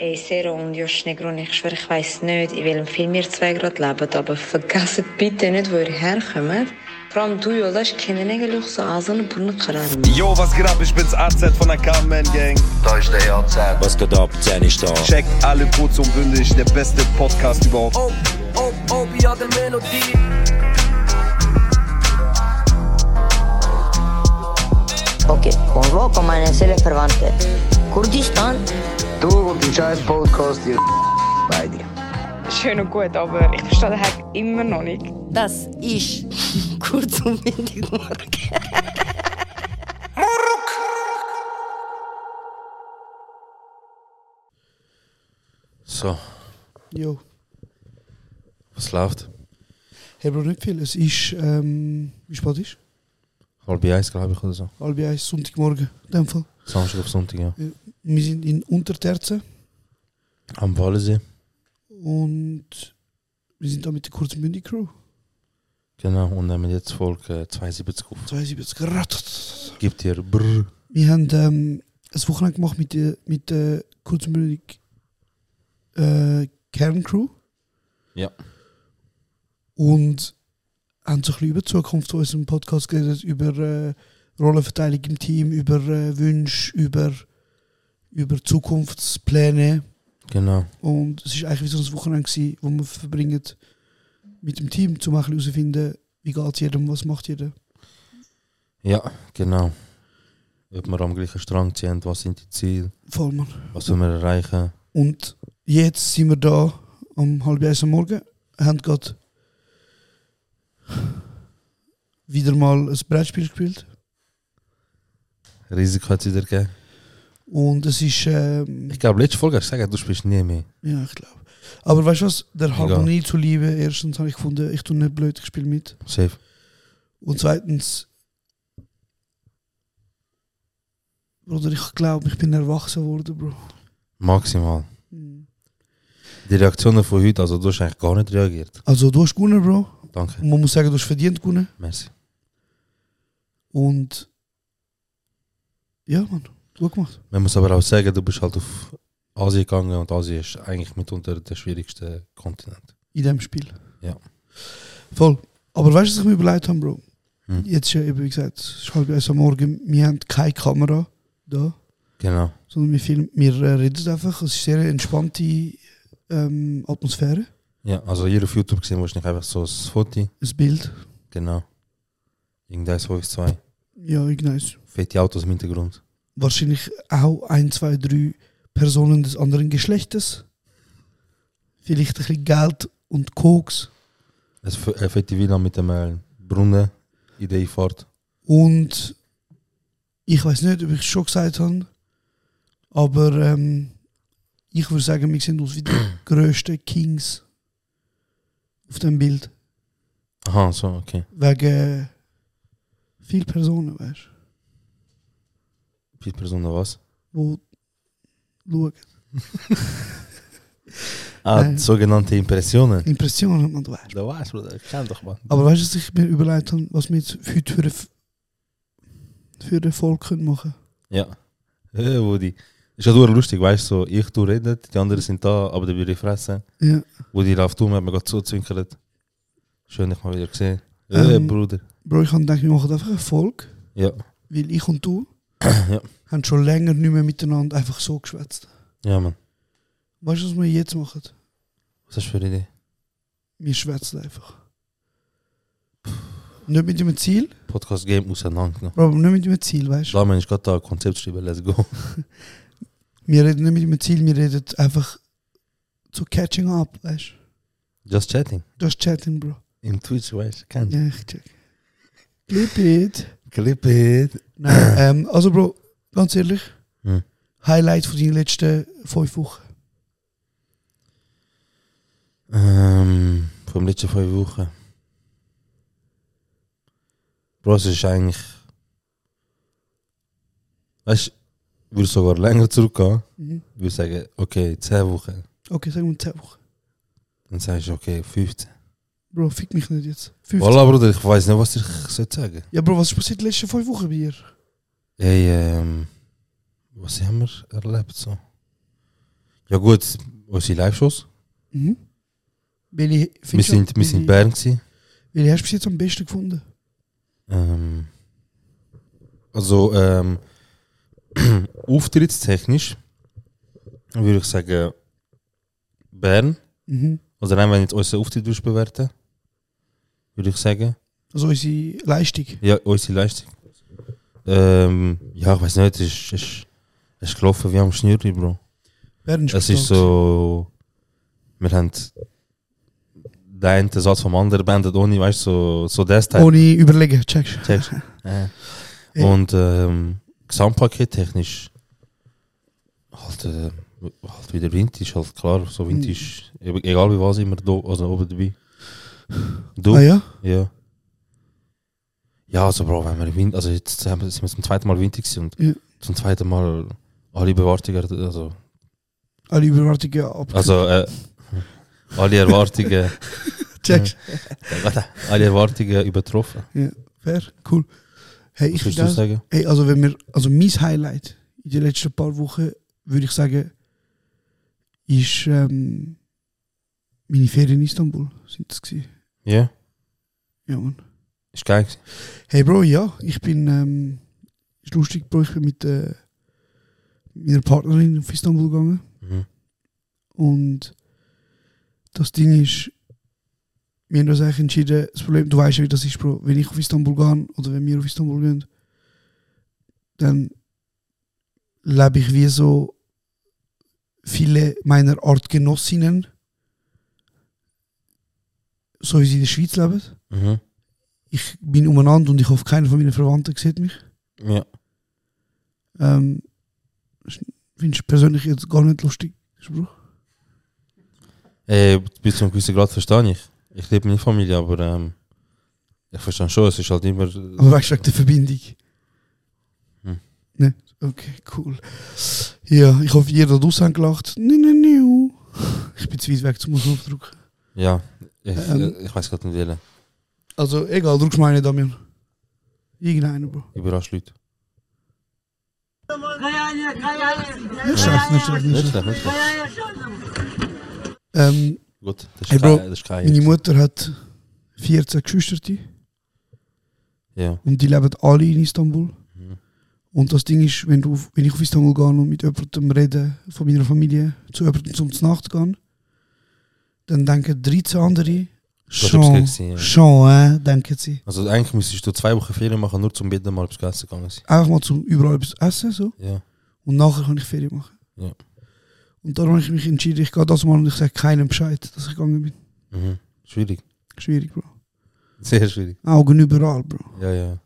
Ey, Sero und Josh Negron, ich schwöre, ich weiss nicht, in welchem Film ihr zwei gerade lebt, aber vergesst bitte nicht, wo ihr herkommt. Vor allem du, Jolas, kennen eigentlich so Asen und Karan. Yo, was geht ab? Ich bin's AZ von der Carmen Gang. Da ist der JZ. Was geht ab? Zehn ist da. Checkt alle kurz und bündig, der beste Podcast überhaupt. Oh, oh, oh, ja, der Melodie. Ok, convoco amanecer Fervante. Kurdistan, Du und dein scheiß Podcast, ihr beide. schön und gut, aber ich verstehe den Hack immer noch nicht. Das ist kurz und bündig morgen. So, Jo. was läuft? Hey, Bro, nicht viel. Es ist, ähm, wie spät ist? Halb eins, glaube ich, oder so. Halb eins, Sonntagmorgen, in dem Fall. Samstag auf Sonntag, ja. Wir sind in Unterterzen Am Wallensee. und wir sind da mit der kurzen Mündig-Crew. Genau, und nehmen jetzt Folge 72 auf. 72 Grad. Gibt dir Brrr. Wir haben ähm, ein Wochenende gemacht mit der, mit der kurzen Mündig äh, Kern-Crew Ja. und haben so ein bisschen über die Zukunft von unserem Podcast geredet, über äh, Rollenverteilung im Team, über äh, Wünsche, über, über Zukunftspläne. Genau. Und es war eigentlich wie so ein Wochenende, gewesen, wo wir verbringen mit dem Team, um ein bisschen herauszufinden, wie geht es jedem, was macht jeder. Ja, genau. Ob wir am gleichen Strang ziehen, was sind die Ziele, Voll, Mann. was wollen wir erreichen. Und jetzt sind wir da um halb eins am Morgen, haben gerade wieder mal ein Brettspiel gespielt. Risiko hat es wieder gegeben. Und es ist, ähm, Ich glaube, letzte Folge hast du gesagt, du spielst nie mehr. ja, ich glaube. Aber weißt du was, der Egal. Harmonie zuliebe, erstens habe ich gefunden, ich tue nicht blöd, ich spiele mit. Safe. Und zweitens, Bruder, ich glaube, ich bin erwachsen worden, Bro. Maximal. Die Reaktionen von heute, also du hast eigentlich gar nicht reagiert. Also du hast gewonnen, Bro. Danke. Und man muss sagen, du hast verdient gewonnen. Merci. Und ja, Mann, gut gemacht. Man muss aber auch sagen, du bist halt auf Asien gegangen und Asien ist eigentlich mitunter der schwierigste Kontinent. In dem Spiel. Ja. Voll. Aber weißt du, was ich mir überlegt habe, Bro? Hm. Jetzt ist ja eben, wie gesagt, es ist halb eins am Morgen. Wir haben keine Kamera da, Genau. sondern wir, filmen, wir äh, reden einfach. Es ist eine sehr entspannte ähm, Atmosphäre. Ja, also hier auf YouTube gesehen, wo ich nicht einfach so ein Foto, Das Bild. genau. Irgendeins von euch zwei. Ja, ich weiß. Fette Autos im Hintergrund. wahrscheinlich auch ein, zwei, drei Personen des anderen Geschlechtes. Vielleicht ein bisschen Geld und Koks. Ein fe- eine fette Villa mit dem äh, Brunnen in der Einfahrt. Und ich weiß nicht, ob ich es schon gesagt habe, aber ähm, ich würde sagen, wir sind uns wie die grössten Kings auf dem Bild. Aha, so, okay. Wegen vielen Personen, weißt Vier Personen was? du, die schauen. Ah, Nein. sogenannte Impressionen. Impressionen hat man, weißt Da weißt du, Bruder, kenn doch mal. Aber weißt du, was ich mir überlegt habe, was wir jetzt heute für eine, F- für eine Folge können machen Ja. Äh, Woody. Ist ja durchaus lustig, weißt du, so, ich du redet, die anderen sind da, aber dabei die fressen. können? Ja. Woody läuft um, hat mir gerade zuzwinkert. Schön, dich mal wieder gesehen. Äh, Ähm. Bruder. Bro, ich habe gedacht, wir machen einfach eine Folge, Ja. weil ich und du haben schon länger nicht mehr miteinander einfach so geschwätzt. Ja, Mann. Weißt du, was wir jetzt machen? Was hast du für eine Idee? Wir schwätzen einfach. Nicht mit dem Ziel, Podcast-Game auseinander. Bro, aber nicht mit dem Ziel, weißt du? Da, man, ich gerade da ein Konzept schreiben, let's go. Wir reden nicht mit dem Ziel, wir reden einfach zu Catching Up, weißt du? Just chatting. Das ist Chatting, Bro. Im Twitch, weißt du, kein. Ja, ich check. Clip it. Clip it. Nein, ähm, also Bro, ganz ehrlich, Hm. Highlight von deinen letzten fünf Wochen. Ähm, vom letzten fünf Wochen. Bro, es ist eigentlich. Weißt du, ich würde sogar länger zurückgehen. Mhm. Ich würde sagen, okay, 10 Wochen. Okay, sagen wir zehn Wochen. Dann sagst du, okay, 15. Bro, fick mich nicht jetzt. 15. Voilà, Bruder, ich weiß nicht, was ich soll sagen Ja, Bro, was ist passiert die letzten fünf Wochen bei dir? Hey, ähm, was haben wir erlebt so? Ja gut, unsere Live-Shows. Mhm. Welche, Wir findest du- Mhm. sind, wir sind in Bern gewesen. Welche hast du bis jetzt am besten gefunden? Ähm, also ähm, auftrittstechnisch würde ich sagen Bern. Mhm. Also rein, wenn ich jetzt unseren Auftritt würdest bewerten würde ich sagen. Also unsere Leistung. Ja, unsere Leistung. Ähm, ja, ich weiß nicht, es ist, es ist, es ist gelaufen wie am Schnürli, Bro. Bern Es brutal ist so. Wir haben den einen Satz vom anderen bandet ohne, weißt du, so, so das gewesen. Teil. Ohne überlegen, Ah checkst du? Checkst Ja. Und ähm, Gesamtpaket technisch halt, äh, halt wieder Vintage, halt klar, so Hmm. Vintage, e- egal wie was immer da, also oben dabei. Du? Ah ja? Ja. Ja, also Bro, wenn wir im Winter, also jetzt haben wir- sind wir zum zweiten Mal Winter gewesen und Ja. zum zweiten Mal alle Bewartungen, also, Alle Überwartungen ab. also äh, alle Erwartungen, checkst warte, alle Erwartungen übertroffen. du? Ja. Fair, cool. Hey, Was ich würdest du würde sagen? hey, also wenn wir, also mein Highlight in den letzten paar Wochen, würde ich sagen, ist ähm, meine Ferien in Istanbul sind das gewesen. Ja, Ja, Mann. ist geil. gewesen. Hey Bro, ja, ich bin, ähm, ist lustig, Bro, ich bin mit äh, meiner Partnerin auf Istanbul gegangen Mhm. und das Ding ist, wir haben uns eigentlich entschieden, das Problem, du weißt ja, wie das ist, Bro, wenn ich auf Istanbul gehe oder wenn wir auf Istanbul gehen, dann lebe ich wie so viele meiner Artgenossinnen, so wie sie in der Schweiz leben Mhm. ich bin umeinander und ich hoffe, keiner von meinen Verwandten sieht mich. Ja. Ähm, Finde ich persönlich jetzt gar nicht lustig. Spruch. Ey, Äh, bis zu einem gewissen Grad verstehe ich. Ich lebe meine Familie, aber ähm, ich verstehe schon, es ist halt immer. Aber weißt du, wegen der Verbindung. Hm. Ne? Okay, cool. Ja, ich hoffe, ihr da draußen habt gelacht. Nein, nein, nein. Ich bin zu weit weg zum Ausdrucken. Ja, ich, äh, Ähm. ich weiß gerade nicht, wählen. Also, egal, drückst meine, Damian. Irgendeiner, Bro. Überrasch Leute. Nicht schlecht, nicht schlecht, nicht Nicht schlecht. schlecht, nicht schlecht. Ähm, Gut, das ist Hey, kein. Bro, Das ist kein meine Mutter hat 14 Geschwister. ja. und die leben alle in Istanbul. Mhm. Und das Ding ist, wenn, du, auf- wenn ich auf Istanbul gehe und mit jemandem rede, von meiner Familie, zu jemandem zum Znacht gehen, dann denken 13 andere, hast schon, etwas gesehen, ja. schon, äh, denken sie. Also eigentlich müsstest du zwei Wochen Ferien machen, nur zum Bitten mal aufs Gas gegangen sein. Einfach mal zum überall etwas essen, so. Ja. Und nachher kann ich Ferien machen. Ja. Und darum habe ich mich entschieden, ich gehe das mal und ich sage keinem Bescheid, dass ich gegangen bin. Mhm. Schwierig. Schwierig, Bro. Sehr schwierig. Augen überall, Bro. Ja, ja.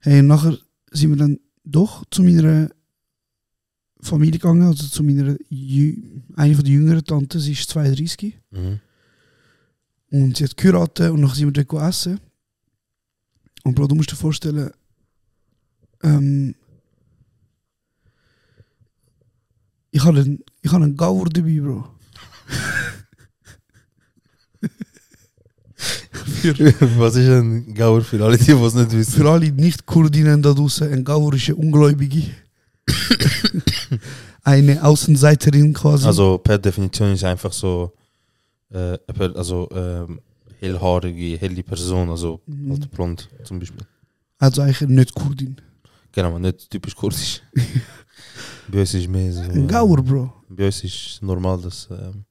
Hey, und nachher sind wir dann doch zu meiner Familie gegangen, also zu meiner Jü eine von der jüngeren Tanten, sie ist 32 Mhm. und sie hat geheiratet und nachher sind wir dort essen. Und Bro, du musst dir vorstellen, ähm, ich habe einen, ich habe einen Gauer dabei, Bro. Was ist ein Gauer für alle, die die es nicht wissen? Für alle Nicht-Kurdinnen da draußen, ein Gauer ist ein Ungläubige. eine Außenseiterin quasi. Also per Definition ist einfach so, äh, per- also ähm, hellhaarige, helle Person, also Mhm. halt blond zum Beispiel. Also eigentlich nicht Kurdin. Genau, maar nicht typisch kurdisch. Bei uns ist mehr so. Ein äh, Gauer, Bro. Bei uns ist normal das ähm,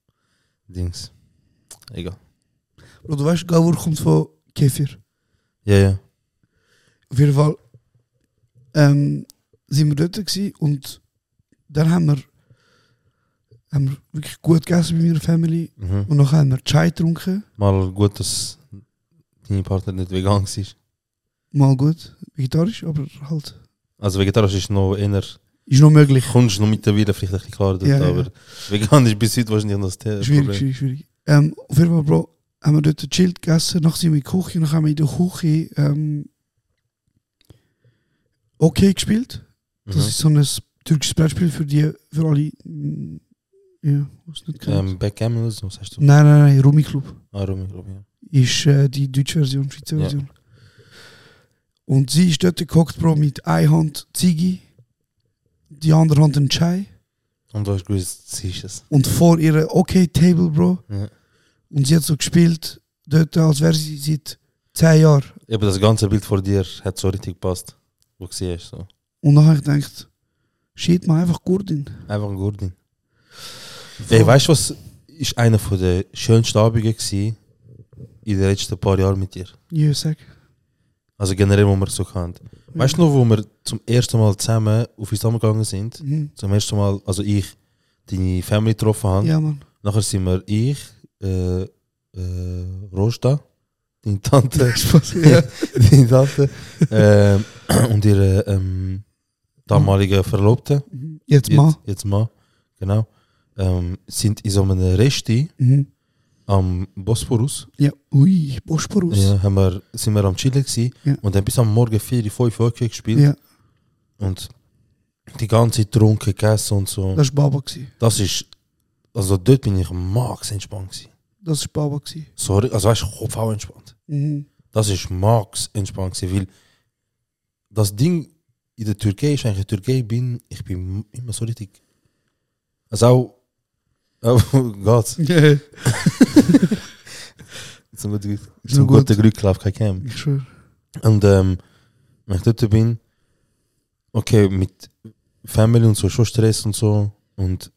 Dings. Egal. Bro, du weißt, Gauer kommt von Kefir. Ja, ja. Auf jeden Fall ähm, sind wir dort gewesen und dann haben wir, haben wir wirklich gut gegessen bei meiner Family Mhm. und nachher haben wir Chai getrunken. Mal gut, dass deine Partner nicht vegan ist. Mal gut, vegetarisch, aber halt. Also vegetarisch ist noch eher. Ist noch möglich. Kommst noch mittlerweile vielleicht ein bisschen klar, dort, Ja, ja. aber vegan ist bis heute wahrscheinlich noch das Thema. Schwierig, schwierig, schwierig. Ähm, auf jeden Fall, Bro, haben wir dort gechillt, gegessen, nachher sind wir in die Küche, nachher haben wir in der Küche ähm, okay gespielt. Das Mhm. ist so ein türkisches Brettspiel für die, für alle, mm, ja, was nicht kennt. Ähm, Backgammon oder so, was hast du? Nein, nein, nein, Rumi Club Ah, Romy, Romy, ja. ist äh, die deutsche Version, Schweizer Ja. Version. Und sie ist dort gehockt, Bro, mit einer Hand Ziggy, die andere Hand ein Chai Und du hast gewusst, sie ist es. Und vor ihrer OK-Table, Bro. Ja. Und sie hat so gespielt, dort, als wäre sie seit 10 Jahren. Eben das ganze Bild vor dir hat so richtig gepasst, wo du gesehen hast. So. Und dann habe ich gedacht, shit, mal einfach Kurdin. Einfach ein Gurdin. Ey, weißt du, was ist einer von der schönsten Abende gsi in den letzten paar Jahren mit dir? Ja, sag. Also generell, wo wir so kannten. Weißt du noch, wo wir zum ersten Mal zusammen auf uns gegangen sind? Mhm. Zum ersten Mal, also ich, deine Family getroffen habe. Ja, Mann. Nachher sind wir ich, äh, äh, Rosta, deine Tante, Spaß. Ja. deine Tante ähm, und ihre ähm, damalige Verlobte, Jetzt mal. jetzt, jetzt mal, genau, ähm, sind in so einem Resti Mhm. am Bosporus. Ja, ui, Bosporus. Ja. Ja, haben wir, sind wir am Chillen gewesen Ja. und dann bis am Morgen 4, 5 Uhr gespielt ja, und die ganze Zeit getrunken, gegessen und so. das war Baba. gewesen. Das ist, also dort bin ich max entspannt gewesen. Das war Baba. gewesen. Sorry, also weißt du, Kopf auch entspannt. Mhm. Das ist max entspannt gewesen, weil das Ding in der Türkei ist, wenn ich in der Türkei bin, ich bin immer so richtig, also auch, oh Gott, ich zum guten, Glück- Na zum gut. guten Glück läuft kein Camp. schwöre. Und ähm, wenn ich dort bin, okay, mit Family und so, schon Stress und so. Und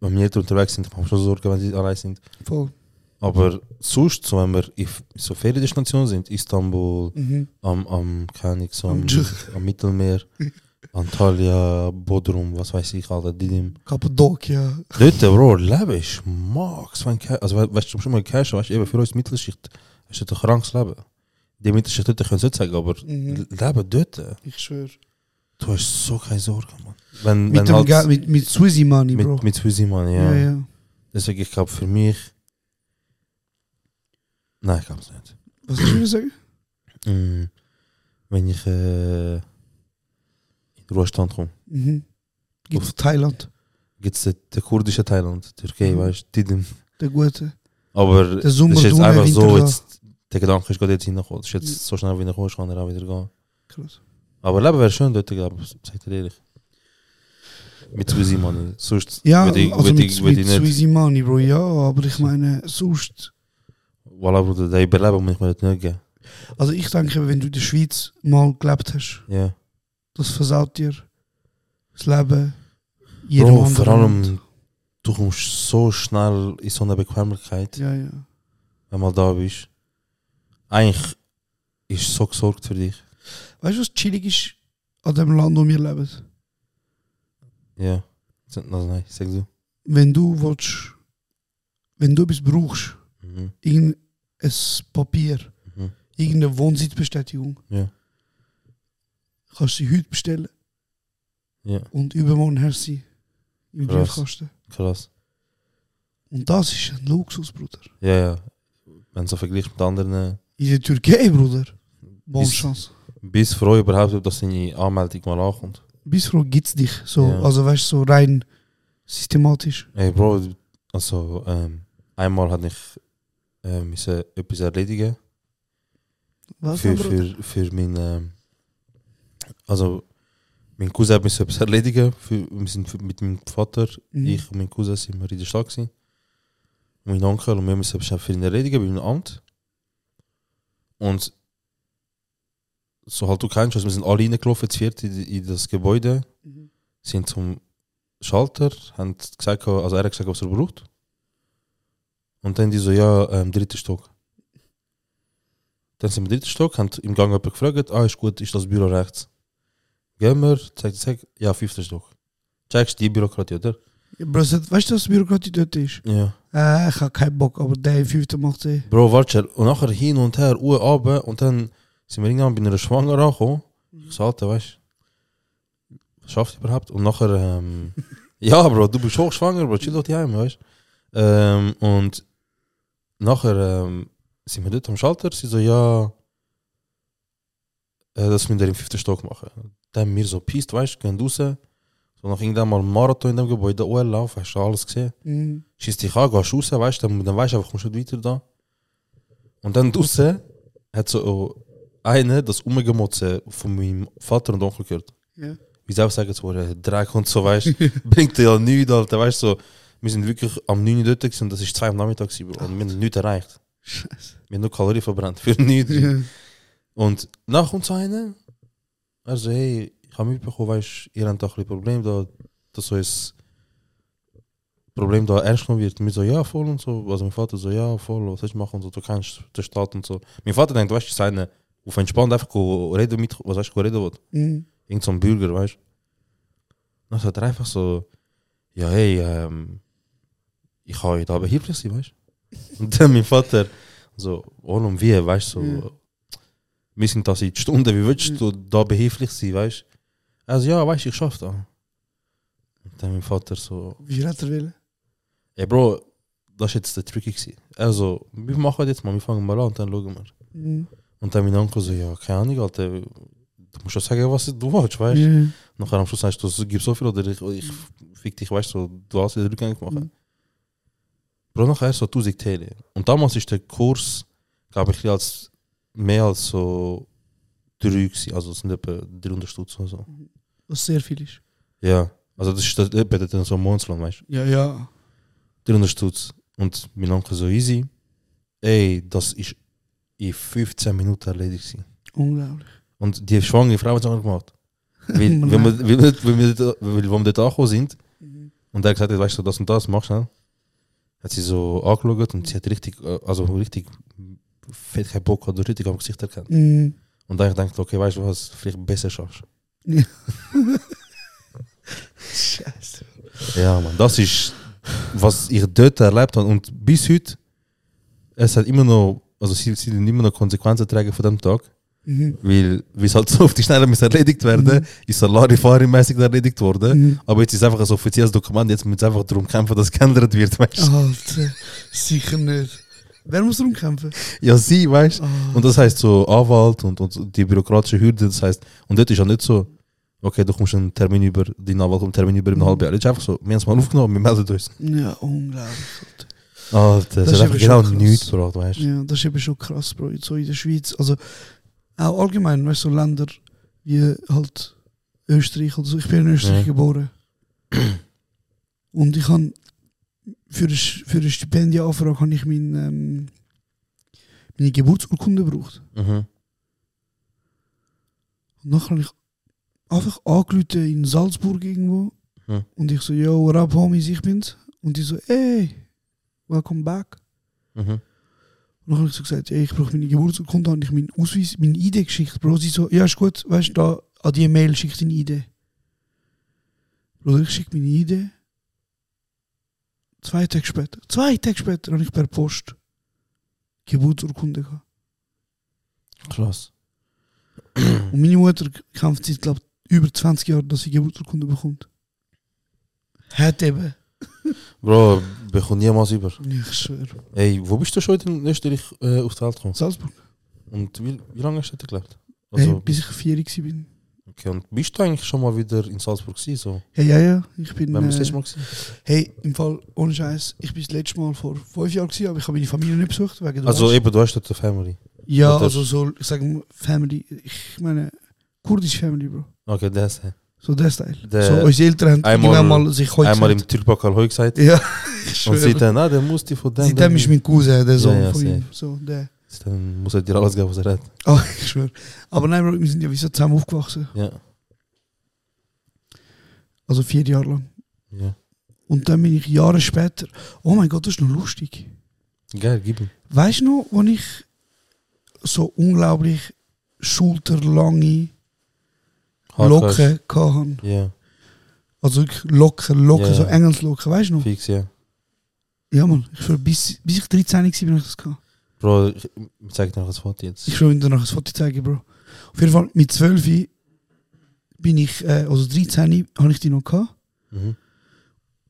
wenn wir nicht unterwegs sind, machen wir schon Sorgen, wenn sie allein sind. Voll. Aber sonst, so, wenn wir in f- so Feriendestinationen sind, Istanbul, Mhm. am, am, keine Ahnung, so Am am, Dschir. am Mittelmeer, Antalya, Bodrum, was weiß ich, Alter, Didim. Kappadokia. Dort, Bro, Leben ist Max. Wenn, ke- also, we- weißt du, schon mal Cash, weißt du, eben für uns Mittelschicht ist dort ein krankes Leben. Die Mittelschicht dort können es nicht sagen, aber Mhm. Leben dort. Ich schwöre. Du hast so keine Sorge, Mann. Wenn, Mit, wenn dem halt Ga- mit, mit Swissy Money, Bro. mit, mit Swissy, Mann, ja. ja, ja. Deswegen, ich glaube, für mich. Nein, ich glaube es nicht. Was soll ich sagen? Mm. Wenn ich äh, in den Ruhestand komme, Mhm. Gibt es Thailand, gibt es den, den kurdischen Thailand, Türkei, Mhm. weißt du, die dem- der gute. Aber Der das Sommer, ist jetzt Dunne, einfach Winter, so, da. jetzt, der Gedanke ist gerade jetzt hineingekommen. Das ist Mhm. jetzt so schnell, wie er kommst, kann er auch wieder gehen. Krass. Aber Leben wäre schön dort, glaube ich, sagt er ehrlich. Mit Swissy, Mann. Sonst Ja, würde ich, also würde mit, ich, würde ich mit nicht. Swissy Money, Bro, ja, aber ich meine, sonst. Voilà, Bruder, der Überleben muss ich mir das nicht geben. Also ich denke, wenn du in der Schweiz mal gelebt hast, Ja. das versaut dir das Leben jedem Bro, anderen vor allem, Land. du kommst so schnell in so eine Bequemlichkeit, Ja, ja. wenn du mal da bist. Eigentlich ist so gesorgt für dich. Weißt du, was chillig ist an dem Land, wo wir leben? Ja. Also, nein, sag du. Wenn du willst, wenn du etwas brauchst, Mhm. irgendein Papier, Mhm. irgendeine Wohnsitzbestätigung, Ja. kannst du sie heute bestellen Ja, und übermorgen hast du sie im Krass. Briefkasten. krass. Und das ist ein Luxus, Bruder. Ja, ja. Wenn du so vergleichst mit anderen, eh. In der Türkei, Bruder. Bonne Bis- Chance. bist du froh überhaupt, ob das deine Anmeldung mal ankommt. Bisher gibt's dich. So, Ja. Also weißt du, so rein systematisch. Ey, Bro, also, ähm, einmal hatte ich äh, müssen etwas erledigen. Was für, denn, für, Bruder? für mein, ähm, also mein Cousin hat mich so etwas erledigen. Für, wir sind für, mit meinem Vater, Mhm. ich und mein Cousin sind wir in der Stadt gewesen. Und mein Onkel und wir müssen etwas für ihn erledigen beim Amt. Und so halt du kennst, also wir sind alle reingelaufen, zu viert in, in das Gebäude, sind zum Schalter, haben gesagt, also er hat gesagt, was er braucht. Und dann die so, ja, ähm, dritter Stock. Dann sind wir im dritten Stock, haben im Gang jemanden gefragt, ah, ist gut, ist das Büro rechts? Gehen wir, zeig, zeig, ja, fünfter Stock. Checkst die Bürokratie, oder? Ja, Bro, das- weißt du, was Bürokratie dort ist? Ja. Äh, ich habe keinen Bock, aber der im fünften macht sie. Bro, warte, schnell. und nachher hin und her, Uhr runter, und dann sind wir irgendwann bei einer Schwanger angekommen. Ich so, Alter, weißt du, schafft überhaupt? Und nachher, ähm, ja, Bro, du bist hochschwanger, Bro, chill doch die Heim, weißt du? Ähm, und nachher ähm, sind wir dort am Schalter, sie so, ja, äh, das müssen wir im fünften Stock machen. Dann wir so pisst, weißt du, gehen raus. So nach irgendwann mal Marathon in dem Gebäude, OL laufen, hast du alles gesehen? Mhm. schießt dich an, gehst raus, weißt, dann, dann weißt du einfach, kommst du nicht weiter da. Und dann draußen hat so einer das Umgemotzen von meinem Vater und Onkel gehört. Ja. wie soll ich sagen, es wurde Dreck und so, weißt du, bringt dir ja nichts, Alter, weißt du, so, wir sind wirklich am 9 Uhr dort gewesen, und das ist 2 am Nachmittag gewesen, Bro, und wir haben nichts erreicht. Scheiße. Wir haben nur Kalorien verbrannt, für nichts. Ja. Und dann kommt so einer, er so, hey, ich habe mitbekommen, weißt ihr habt doch ein Problem da, dass so ein Problem da ernst genommen wird. Und wir so, ja, voll und so. Also mein Vater so, ja, voll, was soll ich machen und so, du kannst den Staat und so. Mein Vater denkt, weißt du, seine, auf entspannt einfach go reden mit, was weißt du, go reden wird. Mhm. Irgend so ein Bürger, weißt du. Dann sagt er einfach so, ja, hey, ähm, ich kann heute aber hilfreich sein, weißt du. Und dann mein Vater, so, ohne um wie, weißt du, so, wir sind da seit Stunden, wie willst du da behilflich sein, weißt du? Also ja, weißt du, ich schaff das. Und dann mein Vater so, Wie hat er will? ey Bro, das ist jetzt der Trick gewesen. Also, wir machen das jetzt mal, wir fangen mal an und dann schauen wir. Mhm. Und dann mein Onkel so, ja, keine Ahnung, Alter, du musst ja sagen, was du willst, weißt du? Ja. Nachher am Schluss sagst du, es gibt so viel oder ich, ich oh, fick dich, weißt du, so, du hast wieder rückgängig machen. Bro, nachher so 1000 Tele. Und damals ist der Kurs, glaube ich, als, mehr als so drei, gewesen. also es sind etwa 300 Stutz oder so. Was sehr viel ist. Ja, also das ist das, etwa dann so ein Monatslohn, weißt du, Ja, ja. 300 Stutz. Und mein Onkel so easy, ey, das ist in 15 Minuten erledigt. Gewesen. Unglaublich. Und die schwangere Frau hat es auch noch gemacht. Weil, wenn, wir, weil, wir- weil, wir dort- weil, weil wir dort angekommen sind und er hat gesagt hat, weißt du, das und das machst du, ne? hat sie so angeschaut und sie hat richtig, äh, also richtig fett keinen Bock oder richtig am Gesicht erkannt. Mhm. Und dann habe ich gedacht, okay, weißt du was, vielleicht besser schaffst. Scheiße. Ja, man, das ist, was ich dort erlebt habe. Und bis heute, es hat immer noch, also sie, sie sind immer noch Konsequenzen tragen von dem Tag. Mhm. Weil, wie es halt so auf die Schnelle muss erledigt werden, ist Salarifahrer-mäßig erledigt worden. Aber jetzt ist einfach ein offizielles Dokument, jetzt muss es einfach darum kämpfen, dass es geändert wird, weißt du? Alter, sicher nicht. Wer muss darum kämpfen? Ja, sie, weißt du? Und das heißt so Anwalt und, und die bürokratische Hürde, das heißt, und das ist ja nicht so, okay, du kommst einen Termin über, dein Anwalt kommt einen Termin über im halben Jahr. Das ist einfach so, wir haben es mal aufgenommen, wir melden uns. Ja, unglaublich. Alter. Alter, Das das ist hat einfach eben schon genau krass. nichts gebracht, weißt du? Ja, das ist eben schon krass, Bro. So in der Schweiz. Also auch allgemein, weißt du, so Länder wie halt Österreich oder so. Ich bin in Österreich Ja. geboren. Und ich habe für eine, Sch- für eine Stipendienanfrage habe ich mein, ähm, meine Geburtsurkunde gebraucht. Mhm. Und nachher habe ich einfach angerufen in Salzburg irgendwo. Hm. Und ich so, yo, what up, homies, ich bin's. Und die so, ey, welcome back. Mhm. Und dann habe ich so gesagt, ey, ich brauche meine Geburtsurkunde, habe ich meinen Ausweis, meine ID geschickt. Bro, sie so, ja, ist gut, weißt du, da an die Mail schickt deine ID. Bro, ich schicke meine ID. Zwei Tage später, zwei Tage später habe ich per Post Geburtsurkunde gehabt. Krass. Und meine Mutter kämpft seit, glaube ich, über 20 Jahren, dass sie Geburtsurkunde bekommt. Hat eben. Bro, bekomme niemals über. Ich schwöre. Ey, wo bist du schon in Österreich äh, auf die Welt gekommen? Salzburg. Und wie, wie lange hast du dort gelebt? Also, ey, bis ich vier war. bin. Okay, und bist du eigentlich schon mal wieder in Salzburg gewesen? So? Hey, ja, ja, ich bin. Wann bist du das äh, letzte Mal gewesen? Hey, im Fall, ohne Scheiß, ich bin das letzte Mal vor fünf Jahren, gewesen, aber ich habe meine Familie nicht besucht. Wegen der Also Wahl. eben, du hast dort eine Family. Ja, oder- also so, ich sage mal, Family, ich meine, kurdische Family, Bro. Okay, das. hä? So der Style. Der- so, unsere Eltern haben einmal- irgendwann mal sich heute Einmal im gesagt. Türkbakal heu gesagt. Ja, ich und schwöre. seitdem, ah, der muss die von dem. Seitdem dem- ist mein Cousin, der Sohn Ja, ja, von ihm. safe. So, der. Seitdem muss er dir alles geben, was er hat. Ah, ich schwöre. Aber nein, Bro, wir sind ja wie so zusammen aufgewachsen. Ja. Also vier Jahre lang. ja. Und dann bin ich Jahre später. Oh mein Gott, das ist noch lustig. Geil, gib ihm. Weißt du noch, als ich so unglaublich schulterlange Locken hatte? Ja, Also wirklich locker, locker, Ja. so Engelslocken, weißt du noch? fix, ja. Ja, Mann, ich schwör, bis, bis ich 13 war, bin ich das gehabt. Bro, ich, ich zeig dir noch das Foto jetzt. Ich will dir noch ein Foto zeigen, Bro. Auf jeden Fall, mit 12 bin ich, äh, also 13 habe ich die noch gehabt. Mhm.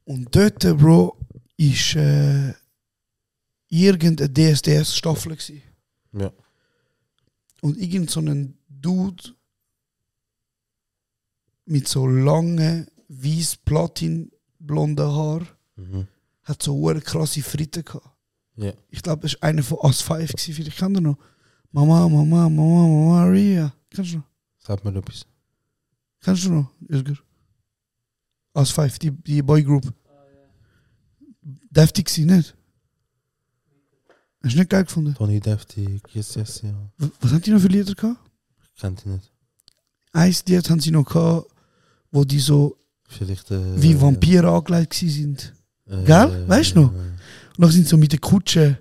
Und dort, äh, Bro, ist äh, irgendeine DSDS-Staffel. gsi. Ja. Und irgend so ein Dude mit so langen, weiß platin-blonden Haar Mhm. hat so eine krasse Fritte gehabt. Ja. Ich glaube, das war einer von Us 5 gewesen. Vielleicht kennt ihr noch. Mama, Mama, Mama, Mama, Ria. Kennst du noch? Sag mir etwas. Kennst du noch, Özgür? Als Five, die, die Boygroup. Deftig sie nicht. Hast du nicht geil gefunden? Tony Deftig, yes, yes, ja. W- Was haben die noch für Lieder gehabt? Kennt ihr nicht? Eins Lied haben sie noch gehabt, wo die so Vielleicht. Äh, wie Vampire angelegt gewesen sind. Äh, Gell? Weißt du noch? Und dann sind sie so mit der Kutsche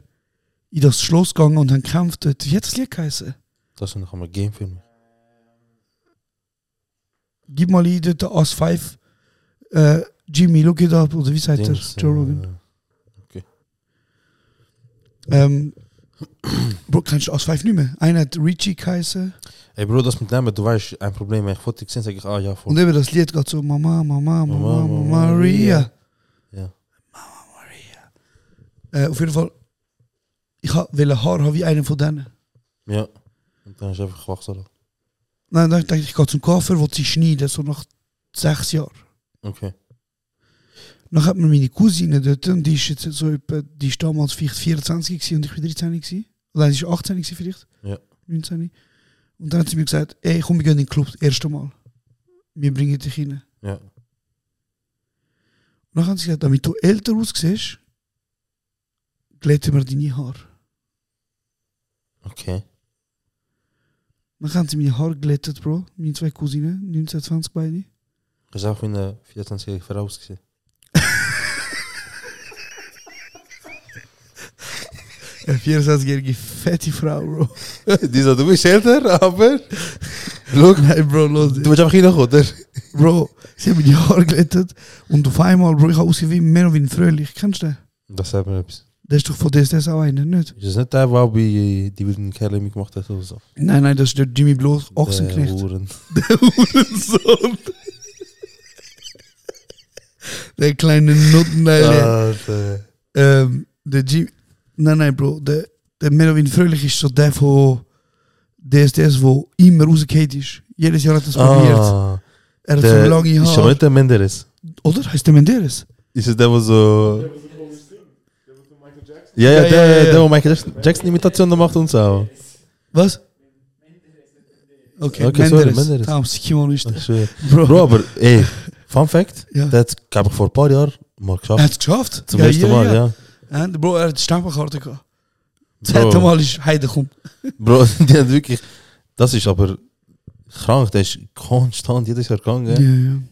in das Schloss gegangen und haben gekämpft dort. Wie hat das Lied geheißen? Das ist noch einmal Game für mich. Gib mal ein, dort As Five. Äh, Jimmy, look it up. Oder wie sagt er? Dings, Joe Rogan. äh, Ähm, Bro, kennst du aus 5 nicht mehr? Einer hat Richie geheißen Ey, Bro, das mit Namen, du weißt, ein Problem, wenn ich Fotos sehe, sage ich, ah ja, voll. und eben das Lied geht so Mama, Mama, Mama, Mama, Mama, Mama, Maria. Ja. Äh, auf jeden Fall, ich ha- wollte Haar haben wie einer von denen. Ja. Und dann ist einfach Wachsalat. Nein, dann dachte ich, ich gehe zum Koffer, wo sie schneiden, so nach sechs Jahren. Okay. Dann hat mir meine Cousine dort, und die ist jetzt so etwa, die ist damals vielleicht 24 gewesen und ich bin 13 gewesen. Oder nein, sie war 18 gewesen vielleicht. Ja. 19. Und dann hat sie mir gesagt, ey, komm, wir gehen in den Club, das erste Mal. Wir bringen dich rein. Ja. Und dann haben sie gesagt, damit du älter aussiehst, glätten wir deine Haare. Okay. Dann haben sie meine Haare glättet, Bro. Meine zwei Cousinen, 19, 20 beide. Das ist auch wie eine 24-jährige Frau ausgesehen. Eine 24-jährige fette Frau, Bro. Die sagt, du bist älter, aber. Look, nein, Bro, los. bist einfach hier noch, oder? Bro, sie haben meine Haare glättet und auf einmal, Bro, ich habe ausgesehen wie Merwin Fröhlich. Kennst du den? Das sagt mir etwas. Der ist doch von DSDS auch einer, nicht? Ist das nicht der, der bei eh, die wilden Kerle mitgemacht hat oder so? Nein, nein, das ist der Jimmy Bloß, Der Ochsenknecht. Huren. Sohn. der kleine Nutten, Alter. Ah. Alter. Ähm, der Jim. Nein, nein, Bro. Der, der Merwin Fröhlich ist so der von DSDS, wo immer rausgekehrt ist. Jedes Jahr hat er es probiert. Ah, Er hat der, so lange Ist aber Haare. nicht der Menderes. Oder? Heißt der Menderes? Ist es der, der so. Ja, Ja, ja, ja, der, ja, ja. der, der Michael Jackson, Jackson Imitation macht uns auch. Was? Okay, Okay, sorry, Menderes. Menderes. Tamam, Sikimon ist der. Ich schwöre. Bro, eh, Bro, aber ey, Fun Fact, Ja. der hat, glaube ich, vor ein paar Jahren mal er geschafft. hat es geschafft. Zum ersten Mal, ja. ja. Und, Bro, er hat die Stempelkarte gehabt. Das Bro. zweite Mal ist Heide gekommen. Bro, die hat wirklich, das ist aber krank, der ist konstant jedes Jahr gegangen.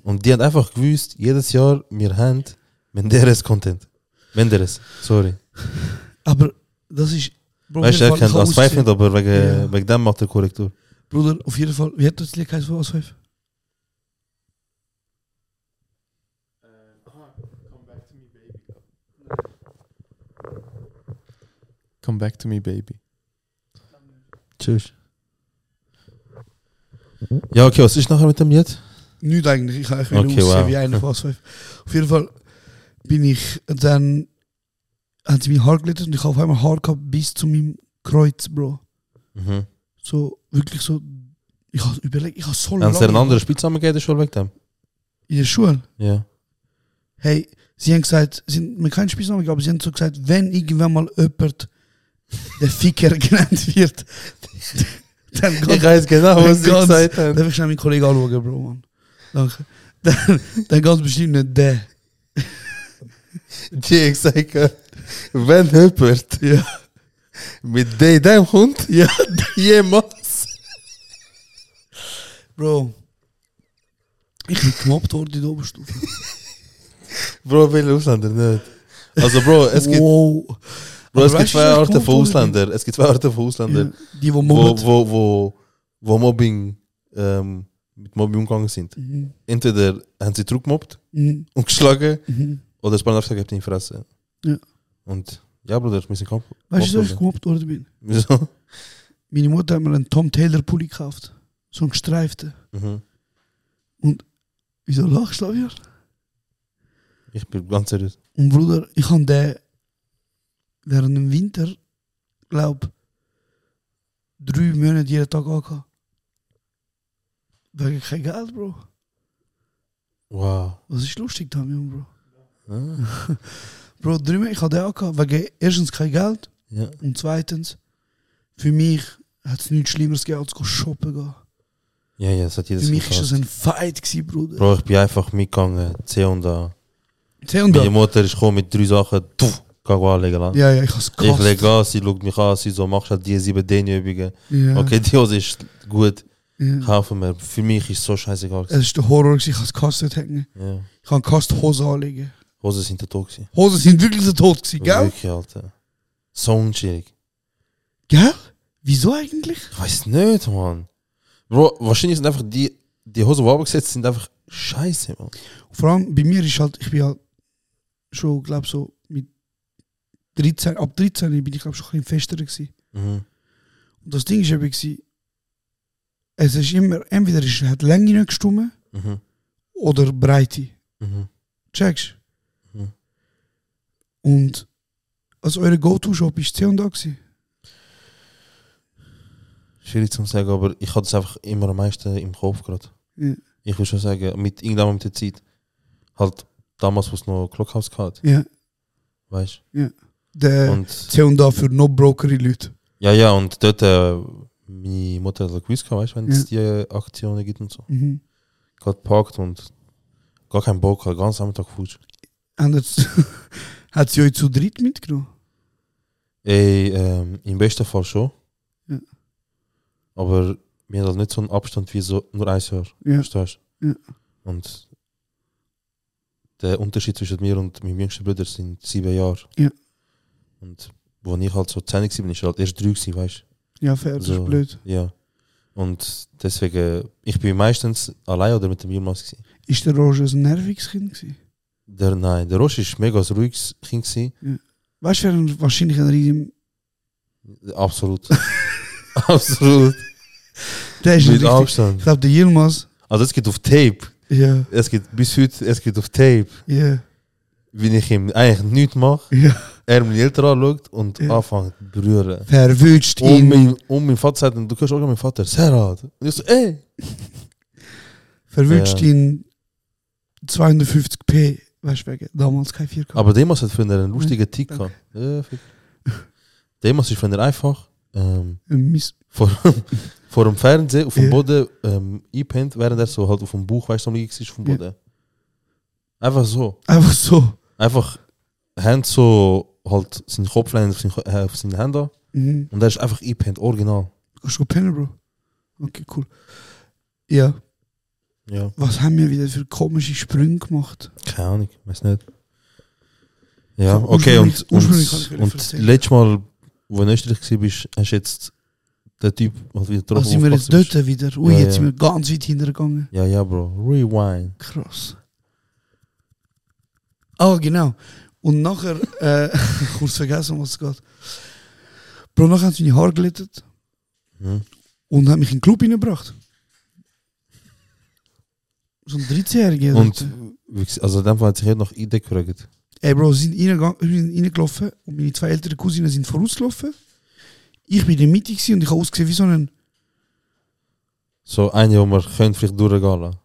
ja. Und die hat einfach gewusst, jedes Jahr, wir haben Menderes Content. Menderes, sorry. Aber das ist. Bro, Weißt du, auf er jeden Fall, kennt ich als hab Pfeifen, aber wegen, Ja. wegen dem macht er Korrektur. ausgesehen. Bruder, auf jeden Fall. Wie hat das Lied geheißen von Ausweif? Come back to me, baby. Tschüss. Ja, okay, was ist nachher mit dem Lied? Nicht eigentlich, ich kann Okay, okay, aussehen wow. wie einer von uns fünf. Auf jeden Fall bin ich dann, hat sie mein Haar glättet und ich habe auf einmal Haar gehabt bis zu meinem Kreuz, Bro. Mhm. So, wirklich so, ich habe überlegt, ich habe so Haben sie dir eine lange andere Spitzname gegeben, schon wegen dem? in der Schule, Ja. hey, sie haben gesagt, sie haben mir keinen Spitznamen gegeben, aber sie haben so gesagt, wenn irgendwann mal jemand der Ficker genannt wird, dann geht weiß genau, was sie gesagt haben. Darf ich schnell meinen Kollegen anschauen, Bro, Mann? Danke. Dann, dann ganz bestimmt nicht der. Die ich eh, sage, wenn jemand Ja. mit dem, dem Hund ja. jemals. Bro. Ich bin gemobbt worden in der Oberstufe. Bro, will Ausländer nicht. Also, Bro, es gibt, wow. Bro, es Aber gibt weißt du, zwei was Arten kommt, von oder? Ausländern. Es gibt zwei Arten von Ausländern, Die, die wo, mobben. wo, wo, wo Mobbing, ähm, mit Mobbing umgegangen sind. Mhm. Entweder haben sie zurückgemobbt Mhm. und geschlagen, Mhm. Oder das Bahnhof sagt, in Fresse. Ja. Und ja, Bruder, wir sind kaum. Weißt du, dass ich gemobbt worden bin? Wieso? Meine Mutter hat mir einen Tom Taylor Pulli gekauft. So einen gestreiften. Mhm. Wieso lachst du, Flavian? Ich bin ganz seriös. Und Bruder, ich habe den während dem Winter, glaube drei Monate jeden Tag angehabt. Wegen kein Geld, Bro. Wow. Was ist lustig, Damian, Bro? Ah. Bro, drei Monate, ich habe den angehabt, wegen erstens kein Geld. Ja. Und zweitens, für mich hat es nichts Schlimmeres gegeben, als zu shoppen gehen. Ja, ja, das hat jedes Für mich war gefasst. das ein Fight, gewesen, Bruder. Bro, ich bin einfach mitgegangen, C und A. Zeh und Meine da. Mutter ist gekommen mit drei Sachen, tuff, kann ich anlegen. Lang. Ja, ja, ich has ich gehasst. lege an, sie schaut mich an, sie so, machst halt die sieben Dehnübungen. Ja. Okay, die Hose ist gut, Ja. kaufen wir. Für mich ist es so scheißegal. gewesen. Es ist der Horror, gewesen, ich has gehasst hängen. Ja. Ich han gehasst Hosen anlegen. Hosen sind da tot gewesen. Hosen sind wirklich so tot gewesen, gell? Wirklich, Alter. So unschädig. Gell? Wieso eigentlich? Ich weiß nicht, Mann. Bro, wahrscheinlich sind einfach die, die Hosen, die abgesetzt sind, einfach scheiße, Mann. Vor allem bei mir ist halt, ich bin halt schon, glaube so mit 13, ab 13 bin ich, glaube schon ein bisschen fester gewesen. Mhm. Und das Ding ist eben, gewesen, es ist immer, entweder ist, hat die Länge nicht gestimmt Mhm. oder Breite. Mhm. Checkst Mhm. Und also eure Go-To-Shop ist C und da gewesen. Schwierig zu sagen, aber ich hatte es einfach immer am meisten im Kopf gerade. Ja. Ich würde schon sagen, mit irgendwann mit der Zeit. Halt damals, wo es noch Clockhouse gehabt, Ja. weißt du? Der Und C und da für No-Brokery-Leute. ja, ja, und dort, äh, meine Mutter hat halt gewusst, gehabt, weißt du, wenn Ja. es die äh, Aktionen gibt und so. Mhm. Gerade gepackt und gar keinen Bock, halt ganz am Tag futsch. Und jetzt hat sie euch zu dritt mitgenommen. Ey, ähm, im besten Fall schon. Ja. Aber wir haben halt nicht so einen Abstand wie so nur ein Jahr. Ja. Verstehst du? Ja. Und der Unterschied zwischen mir und meinem jüngsten Bruder sind sieben Jahre. Ja. Und wo ich halt so 10 war, bin ich halt erst drei, gewesen, weißt Ja, fair, das So. ist blöd. du? Ja. Und deswegen, ich bin meistens allein oder mit dem Jonas. Gewesen. Ist der Roger ein nerviges Kind gewesen? Der, nein, der Roche war mega ein ruhiges Kind. Gewesen. Weißt du, wer ein- wahrscheinlich ein riesen... Absolut. Absolut. Der ist mit ein richtig, ich Abstand. glaube, der Yilmaz. Also, es gibt auf Tape. Ja, Es gibt bis heute, es gibt auf Tape, ja, wenn ich ihm eigentlich nichts mache, ja. er meine Eltern anschaut und Ja. anfängt zu berühren. Verwünscht Und ihn. mein, und mein Vater sagt, du kannst auch meinen Vater, Serhat. Und ich so, ey. Verwünscht Ja. ihn 250p. Weißt du, wegen damals kein 4K. Aber Demas hat früher einen lustigen Tick gehabt. Ja, fick. Demas ist früher einfach ähm, Ein Mist. vor, vor dem Fernseher auf dem Ja. Boden ähm, eingepennt, während er so halt auf dem Bauch, weißt du, am liegen ist auf dem Ja. Boden. Einfach so. Einfach so. Einfach Hand so, halt seinen Kopf auf seinen, äh, auf seinen Händen Mhm. und er ist einfach eingepennt, original. Kannst du pennen, Bro? Okay, cool. Ja, Ja. was haben wir wieder für komische Sprünge gemacht? Keine Ahnung, weiß nicht. Ja, So, okay, ursprünglich- und, ursprünglich kann ich und, wieder und erzählen. letztes Mal, wo in Österreich warst, hast du jetzt den Typ halt wieder Ach, Also sind wir jetzt aufgepasst dort wieder? Ui, Ja, jetzt ja. sind wir ganz weit hintergegangen. bist. Ja, ja, Bro, rewind. Krass. Ah, genau. Und nachher, äh, kurz vergessen, um was es geht. Bro, nachher haben sie meine Haare glättet Mhm. und haben mich in den Club reingebracht. So ein 13-Jähriger. Und, dort. wie gesagt, also in dem Fall hat sich jeder noch Idee gefragt. Ey, Bro, sie sind reingegangen- wir sind reingelaufen und meine zwei älteren Cousinen sind vorausgelaufen. Ich bin in der Mitte gewesen und ich habe ausgesehen wie so ein. So eine, wo man könnte vielleicht durchgehen lassen.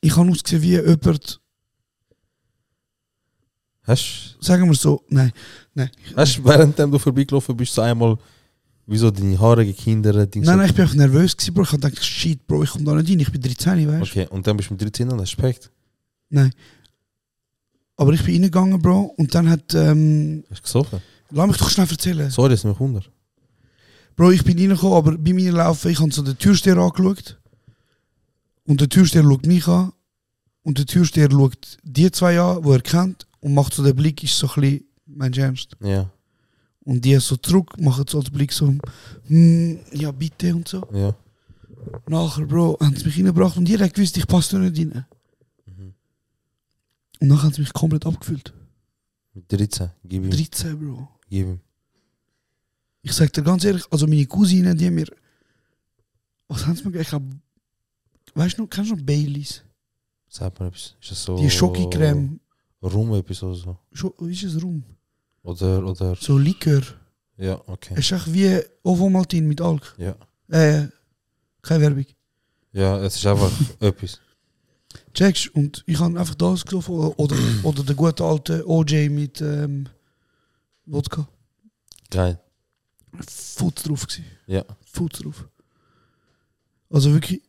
Ich habe ausgesehen wie jemand, Hast sagen wir so, nein, nein. du, hast du, während du vorbeigelaufen bist, so einmal, wie so deine Haare gekindert? Dings Nein, so- nein, ich bin einfach nervös gewesen, Bro. Ich habe gedacht, shit, Bro, ich komme da nicht rein, ich bin 13, weißt du? Okay, und dann bist du mit 13 und hast Respekt. Nein. Aber ich bin reingegangen, Bro, und dann hat. Ähm, Hast du gesoffen? lass mich doch schnell erzählen. Sorry, es ist mir 100. Bro, ich bin reingekommen, aber bei mir laufen, ich habe so den Türsteher angeschaut. Und der Türsteher schaut mich an. Und der Türsteher schaut die zwei an, die er kennt. Und macht so den Blick, ist so ein bisschen, mein Ernst. Ja, Und die so zurück, machen so den Blick so, hm, ja bitte und so. ja. Nachher, Bro, haben sie mich reingebracht und jeder hat gewusst, ich passe da nicht rein. Und nachher haben sie mich komplett abgefüllt. Mit 13, gib ihm. 13, Bro. Gib ihm. Ich sag dir ganz ehrlich, also meine Cousine, die haben mir. Was haben sie mir gegeben? Ich glaub, Weißt du noch, kennst du noch Baileys? Sagt man etwas. Ist das so. Die Schokocreme. Rum etwas oder so. Scho ist es rum? Oder, oder. So Likör. Ja, okay. Es ist echt wie Ovomaltin mit Alk. Ja. Äh, keine Werbung. Ja, es ist einfach etwas. Checks und ich habe einfach das gesoffen oder, oder, oder der gute alte OJ mit ähm, Wodka. Geil. Futz drauf gewesen. Ja. Futz drauf. Also wirklich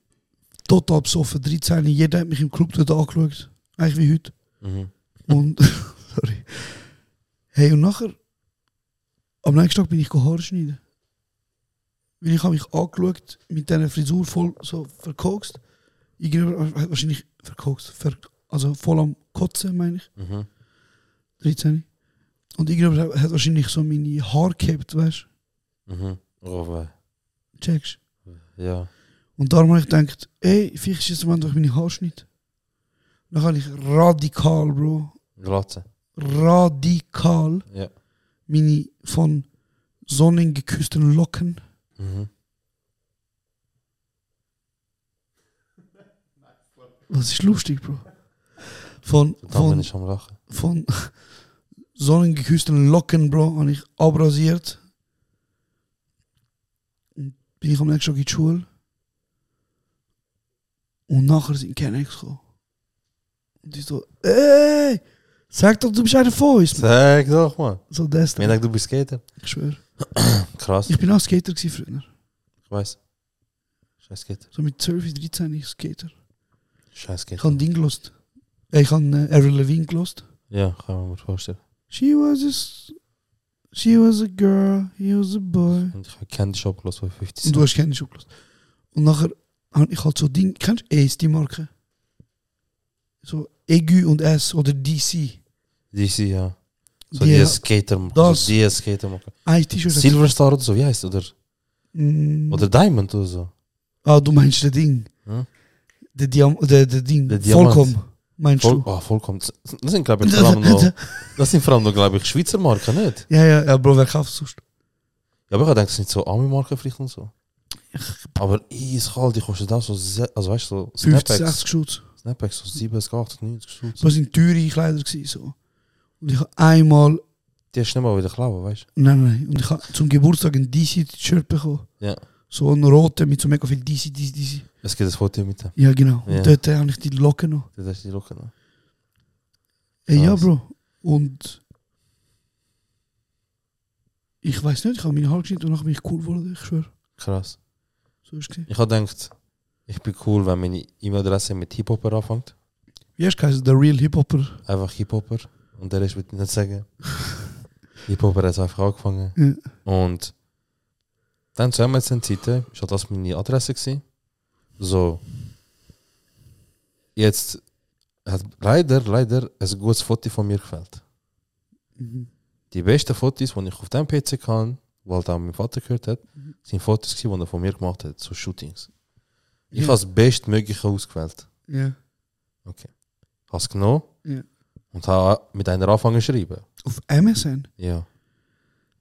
total besoffen, 13. Jeder hat mich im Club dort angeschaut. Eigentlich wie heute. Mhm. Und, sorry. Hey, und nachher, am nächsten Tag bin ich Haare schneiden. Weil ich habe mich angeschaut, mit dieser Frisur voll so verkokst. Gegenüber, wahrscheinlich verkokst, ver, also voll am Kotzen, meine ich. Mhm. 13. Und irgendjemand hat wahrscheinlich so meine Haare gehabt, weißt Mhm. Oh, wei. du? Checkst Ja. Und darum habe ich gedacht, ey, vielleicht ist jetzt mal durch meine Haare schneiden. Dann habe ich radikal, Bro, Glatze. radikal Ja. meine von Sonnen geküssten Locken Mhm. Was ist lustig, Bro? Von, Dann bin von, ich am Lachen. von sonnengeküssten Locken, Bro, habe ich abrasiert. Und bin ich am nächsten Tag in die Schule. Und nachher sind keine Ex gekommen. Und ich so, ey, sag doch, du bist einer von uns. Mann. Sag doch, Mann. So das, Mir da, denkt, du bist Skater. ich schwöre. Krass. Ich bin auch nou Skater gewesen früher. Ich weiß. Scheiß Skater. So mit 12, 13 ich Skater. Scheiß Ich Skater. habe Ding gelost. Ich habe äh, Avril Lavigne gelost. Ja, kann man mir vorstellen. She was a, s- she was a girl, he was a boy. Und ich habe Candy Shop gelassen von 50 Und Cent. du hast keine Schokolade. Und nachher habe ich halt so Ding, kennst du Ace, die Marke? So Egu und S oder DC. DC, ja. So Die- die Skater machen. Das- So die Skater machen. Ein T-Shirt. hat- Silver Star oder so, wie heißt Oder, Mm. oder Diamond oder so. Ah, du meinst das Ding. Ja. Der Diam der, der Ding. Der Diamant. Vollkommen, meinst Voll, du? oh, vollkommen. Das sind, glaube ich, vor allem noch, das sind vor allem noch, glaube ich, Schweizer Marken, nicht? ja, ja, ja, Bro, wer kauft sonst? Ja, aber ich denke, es sind so Ami-Marken vielleicht und so. Aber eiskalt, die kosten da so, se- also weißt du, so 50, Snapbacks, 60 Schutz. Snapbacks so 70, 80, 90 Schutz. Das waren teure Kleider. Gewesen, so. Und ich habe einmal Die hast du nicht mal wieder klauen, weißt Nein, nein. Und ich habe zum Geburtstag ein DC-Shirt bekommen. Ja. So ein roter mit so mega viel DC, DC, DC. du? Es gibt ein Foto mit dem. Ja, genau. Ja. Und dort äh, habe ich die Locken noch. Das hast du die Locke noch. Äh, ja, Krass. Bro. Und ich weiß nicht, ich habe meine Haare geschnitten und nachher bin ich cool geworden, ich schwöre. Krass. So ist es. gewesen. Ich habe gedacht, ich bin cool, wenn meine E-Mail-Adresse mit Hip-Hopper anfängt. Wie hast du geheißen? Der Real Hip-Hopper. Einfach Hip-Hopper. Und der Rest wird nicht sagen. Hip-Hopper hat einfach angefangen. Ja. Und dann zu einer Seite war das meine Adresse. Gewesen. So. Jetzt hat leider, leider ein gutes Foto von mir gefällt. Mhm. Die besten Fotos, die ich auf dem PC kann, weil da mein Vater gehört hat, Mhm. sind Fotos, gewesen, die er von mir gemacht hat, so Shootings. Ich Ja. habe das Bestmögliche ausgewählt. Ja. Habe es genommen Ja. und habe mit einer angefangen zu schreiben. Auf MSN. Ja.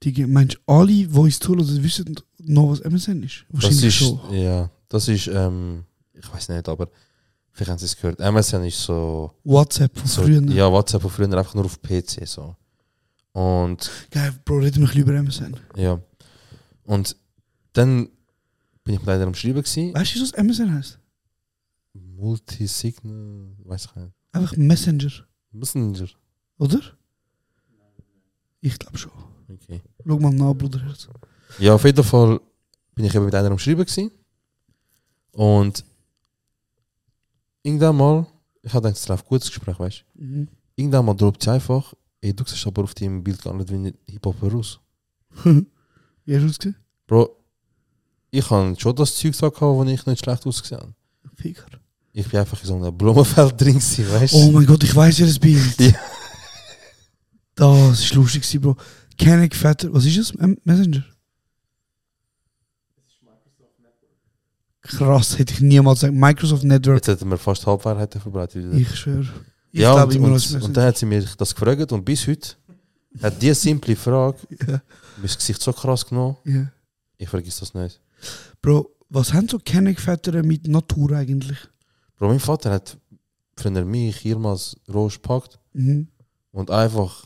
Die meinst du, alle, die uns zuhören, wissen noch, was MSN ist? Das Wahrscheinlich ist, schon. ja, das ist, ähm, ich weiß nicht, aber vielleicht haben sie es gehört. MSN ist so, WhatsApp von so früher. ja, WhatsApp von früher einfach nur auf PC. So. Und Geil, Bro, reden wir ein bisschen über MSN. ja. Und dann bin ich leider am Schreiben gewesen. Weißt du, was MSN heißt? Multisignal, weiß ich nicht. Einfach Messenger, Messenger. oder? Ich glaube schon. Okay. Schau mal nach, Bruder. Herz. Ja, auf jeden Fall bin ich eben mit einer am Schreiben gewesen. Und irgendwann mal, ich hatte gedacht, es läuft gutes Gespräch, weißt du. Mhm. Irgendwann mal droppt sie einfach, ey, du siehst aber auf dem Bild gar nicht wie ein Hip-Hopper aus. Wie hast du ausgesehen? Bro, ich habe schon das Zeug gesagt, wo ich nicht schlecht ausgesehen habe. Ficker. Ich bin einfach in so einem Blumenfeld drin gewesen, weißt Oh du. mein Gott, ich weiß ja das Bild. Ja. Das ist lustig, gewesen, Bro. Keine Vetter. Was ist das? M Messenger? Krass, hätte ich niemals gesagt. Microsoft Network. Jetzt hätten wir fast Halbwahrheiten verbreitet. wieder. Ich schwöre. Ich ja, glaube und, immer noch das und, und dann Messenger. hat sie mir das gefragt und bis heute hat diese simple Frage Ja, mein Gesicht so krass genommen, ja. ich vergesse das nicht. Bro, was haben so keine Vetter mit Natur eigentlich? Bro, mein Vater hat früher mich jemals roh gepackt Mhm. und einfach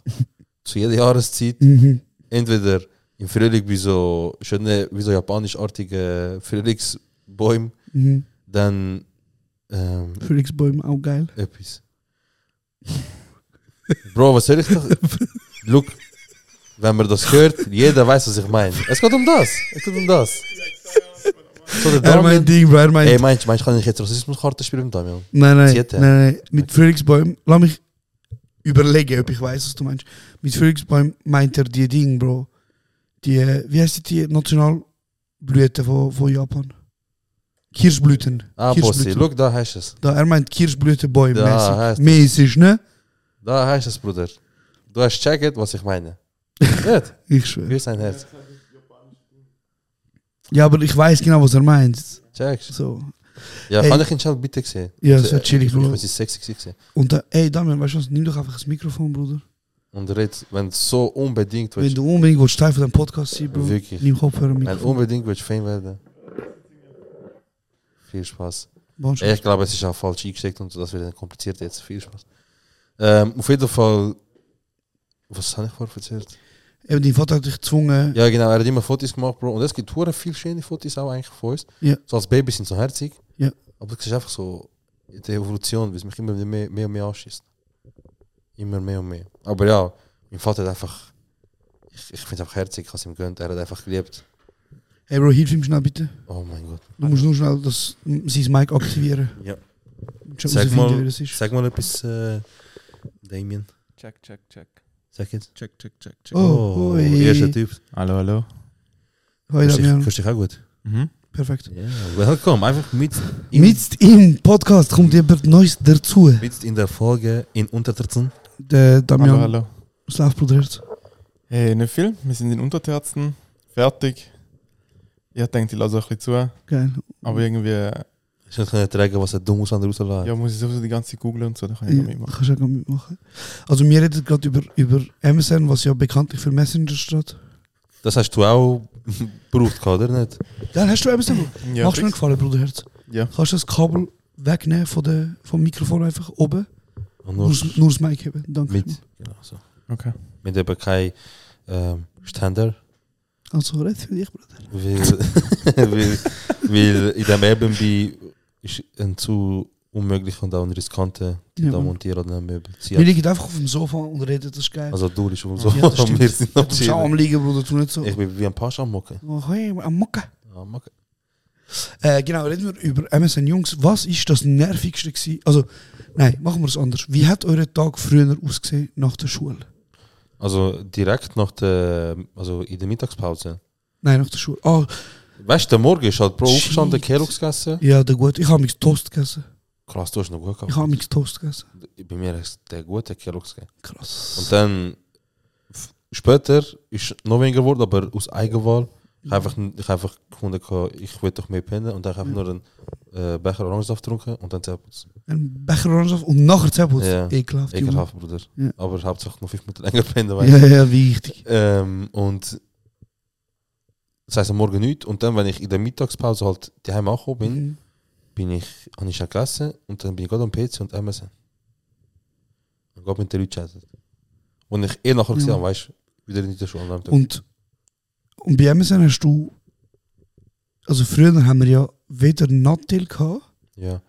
zu jeder Jahreszeit Mhm. entweder im Frühling wie so schöne, wie so japanischartige Frühlingsbäume, Mhm. dann ähm, Felix Bäume auch geil. etwas. Bro, was soll ich da? Look, wenn man das hört, jeder weiß, was ich meine. Es geht um das. Es geht um das. So, der Er meint Damian. Ding, Bro, er meint... Ey, meinst du, meinst, du, kann ich jetzt Rassismuskarte spielen mit Damian? Nein, nein, Zieht er? nein, nein. Mit Frühlingsbäumen, lass mich überlegen, ob ich weiß, was du meinst. Mit Frühlingsbäumen meint er die Ding, Bro. Die, äh, wie heißt die Nationalblüte von, von Japan? Kirschblüten. Ah, Bossi, Kirschblüten. schau, da hast du es. Da, er meint Kirschblütenbäume. Da mäßig. heißt es. mäßig, ne? Da hast du es, Bruder. Du hast gecheckt, was ich meine. Nicht? Ich schwöre. Wie ist dein Herz? Ja, aber ich weiß genau, was er meint. Checkst So. Ja, Ey. kann ich ihn schon bitte sehen? Ja, so chillig, Ich Bro. muss sexy sehen. Und da, ey, Damian, weißt du was? Nimm doch einfach das Mikrofon, Bruder. Und red, wenn so unbedingt Wenn willst, du unbedingt willst, Teil von dem Podcast sein, Bro, Wirklich. nimm Kopfhörer mit. wenn unbedingt willst Fan werden. Viel Spaß. Bonjour. Ey, Ich glaube, es ist auch falsch eingesteckt und das wird dann kompliziert jetzt. Viel Spaß. Ähm, auf jeden Fall. Was habe ich vorher erzählt? Eben, dein Vater hat dich gezwungen. Ja, genau, er hat immer Fotos gemacht, Bro. Und es gibt hure viel schöne Fotos auch eigentlich von uns. Ja. So als Babys sind so herzig. Ja. Aber das ist einfach so die Evolution, weil es mich immer mehr, mehr und mehr anschießt. Immer mehr und mehr. Aber ja, mein Vater hat einfach. Ich, ich finde es einfach herzig, ich habe es ihm gönnt. Er hat einfach geliebt. Hey Bro, hilf ihm schnell bitte. Oh mein Gott. Du musst nur schnell das, sein Mic aktivieren. Ja. Und schon Sag herausfinden, mal, wer das ist. sag mal etwas, äh, Damien. Check, check, check. Sag jetzt. Check, check, check, check. Oh, hoi. erster Typ. Hallo, hallo. Hoi Verstehst du Damian. verstehst du auch gut? Mhm. Perfekt. Ja, welcome. Einfach mit in, Mit im Podcast kommt jemand Neues dazu. mit in der Folge in Unterterzen. Der Hallo, Damian hallo. Slavbruder. Hey, nicht viel. Wir sind in Unterterzen. Fertig. Ich denke, ich lasse auch ein bisschen zu. Geil. Aber irgendwie äh, Ich kann nicht tragen, was er dumm aus anderen rauslässt. ja, muss ich sowieso die ganze Zeit googeln und so. Da kann ich Ja, gar nicht machen. kannst du auch mitmachen. Also wir reden gerade über, über MSN, was ja bekanntlich für Messenger steht. Das hast du auch gebraucht, oder nicht? Geil, hast du MSN? Ja, Machst du mir einen fix. Gefallen, Bruderherz? Ja. Kannst du das Kabel wegnehmen von der, vom Mikrofon einfach oben? Und Nur, nur das- nur das Mic haben. Danke. mit, genau so. Okay. Mit eben kein ähm, Ständer, Also, red für dich, Bruder. weil, weil, weil in dem Airbnb ist ein zu unmöglich und auch ein riskanter, die Ja, da ne, Mann. montieren an einem Möbel. Sie Wir hat, liegen einfach auf dem Sofa und reden, das ist geil. also du bist auf dem ja, Sofa und wir sind noch Ich am chillen. liegen, Bruder, tu nicht so. Ich bin wie ein Pasch am Mocken. Oh, hey, am Mucke. Am Mocken. Äh, genau, reden wir über MSN Jungs. Was ist das nervigste gewesen? Also, nein, machen wir es anders. Wie hat euer Tag früher ausgesehen nach der Schule? Also direkt nach der, also in der Mittagspause. Nein, nach der Schule. Ah, Weißt du, der Morgen ist halt Bro Shit. aufgestanden, Kerux gegessen. ja, der gut. Ich habe mich Toast gegessen. Krass, du hast noch gut Ich gehabt. habe mich Toast gegessen. Bei mir ist der gute Kerux gegeben. Krass. Und dann f- später ist noch weniger geworden, aber aus Eigenwahl. Ich habe einfach, ich hab einfach gefunden, gehabt, ich will doch mehr pennen und dann habe ich nur einen äh, Becher Orangensaft getrunken und dann Zähneputz. Ein Becher Orangensaft und nachher Zäpfel. Ja. Ekelhaft. Junge. Ekelhaft, Bruder. Ja. Aber hauptsächlich noch fünf Minuten länger pennen. weil- Ja, ja, wichtig. Ähm, und das heisst am Morgen nichts und dann, wenn ich in der Mittagspause halt daheim angekommen bin, Mhm. bin ich, habe ich schon gegessen und dann bin ich gerade am PC und Amazon. Und gerade mit den Leuten chatten. Und ich eh nachher gesehen habe, weißt du, wieder in der Schule am Tag. Und, und bei MSN hast du. Also, früher haben wir ja weder Nattel gehabt. Ja.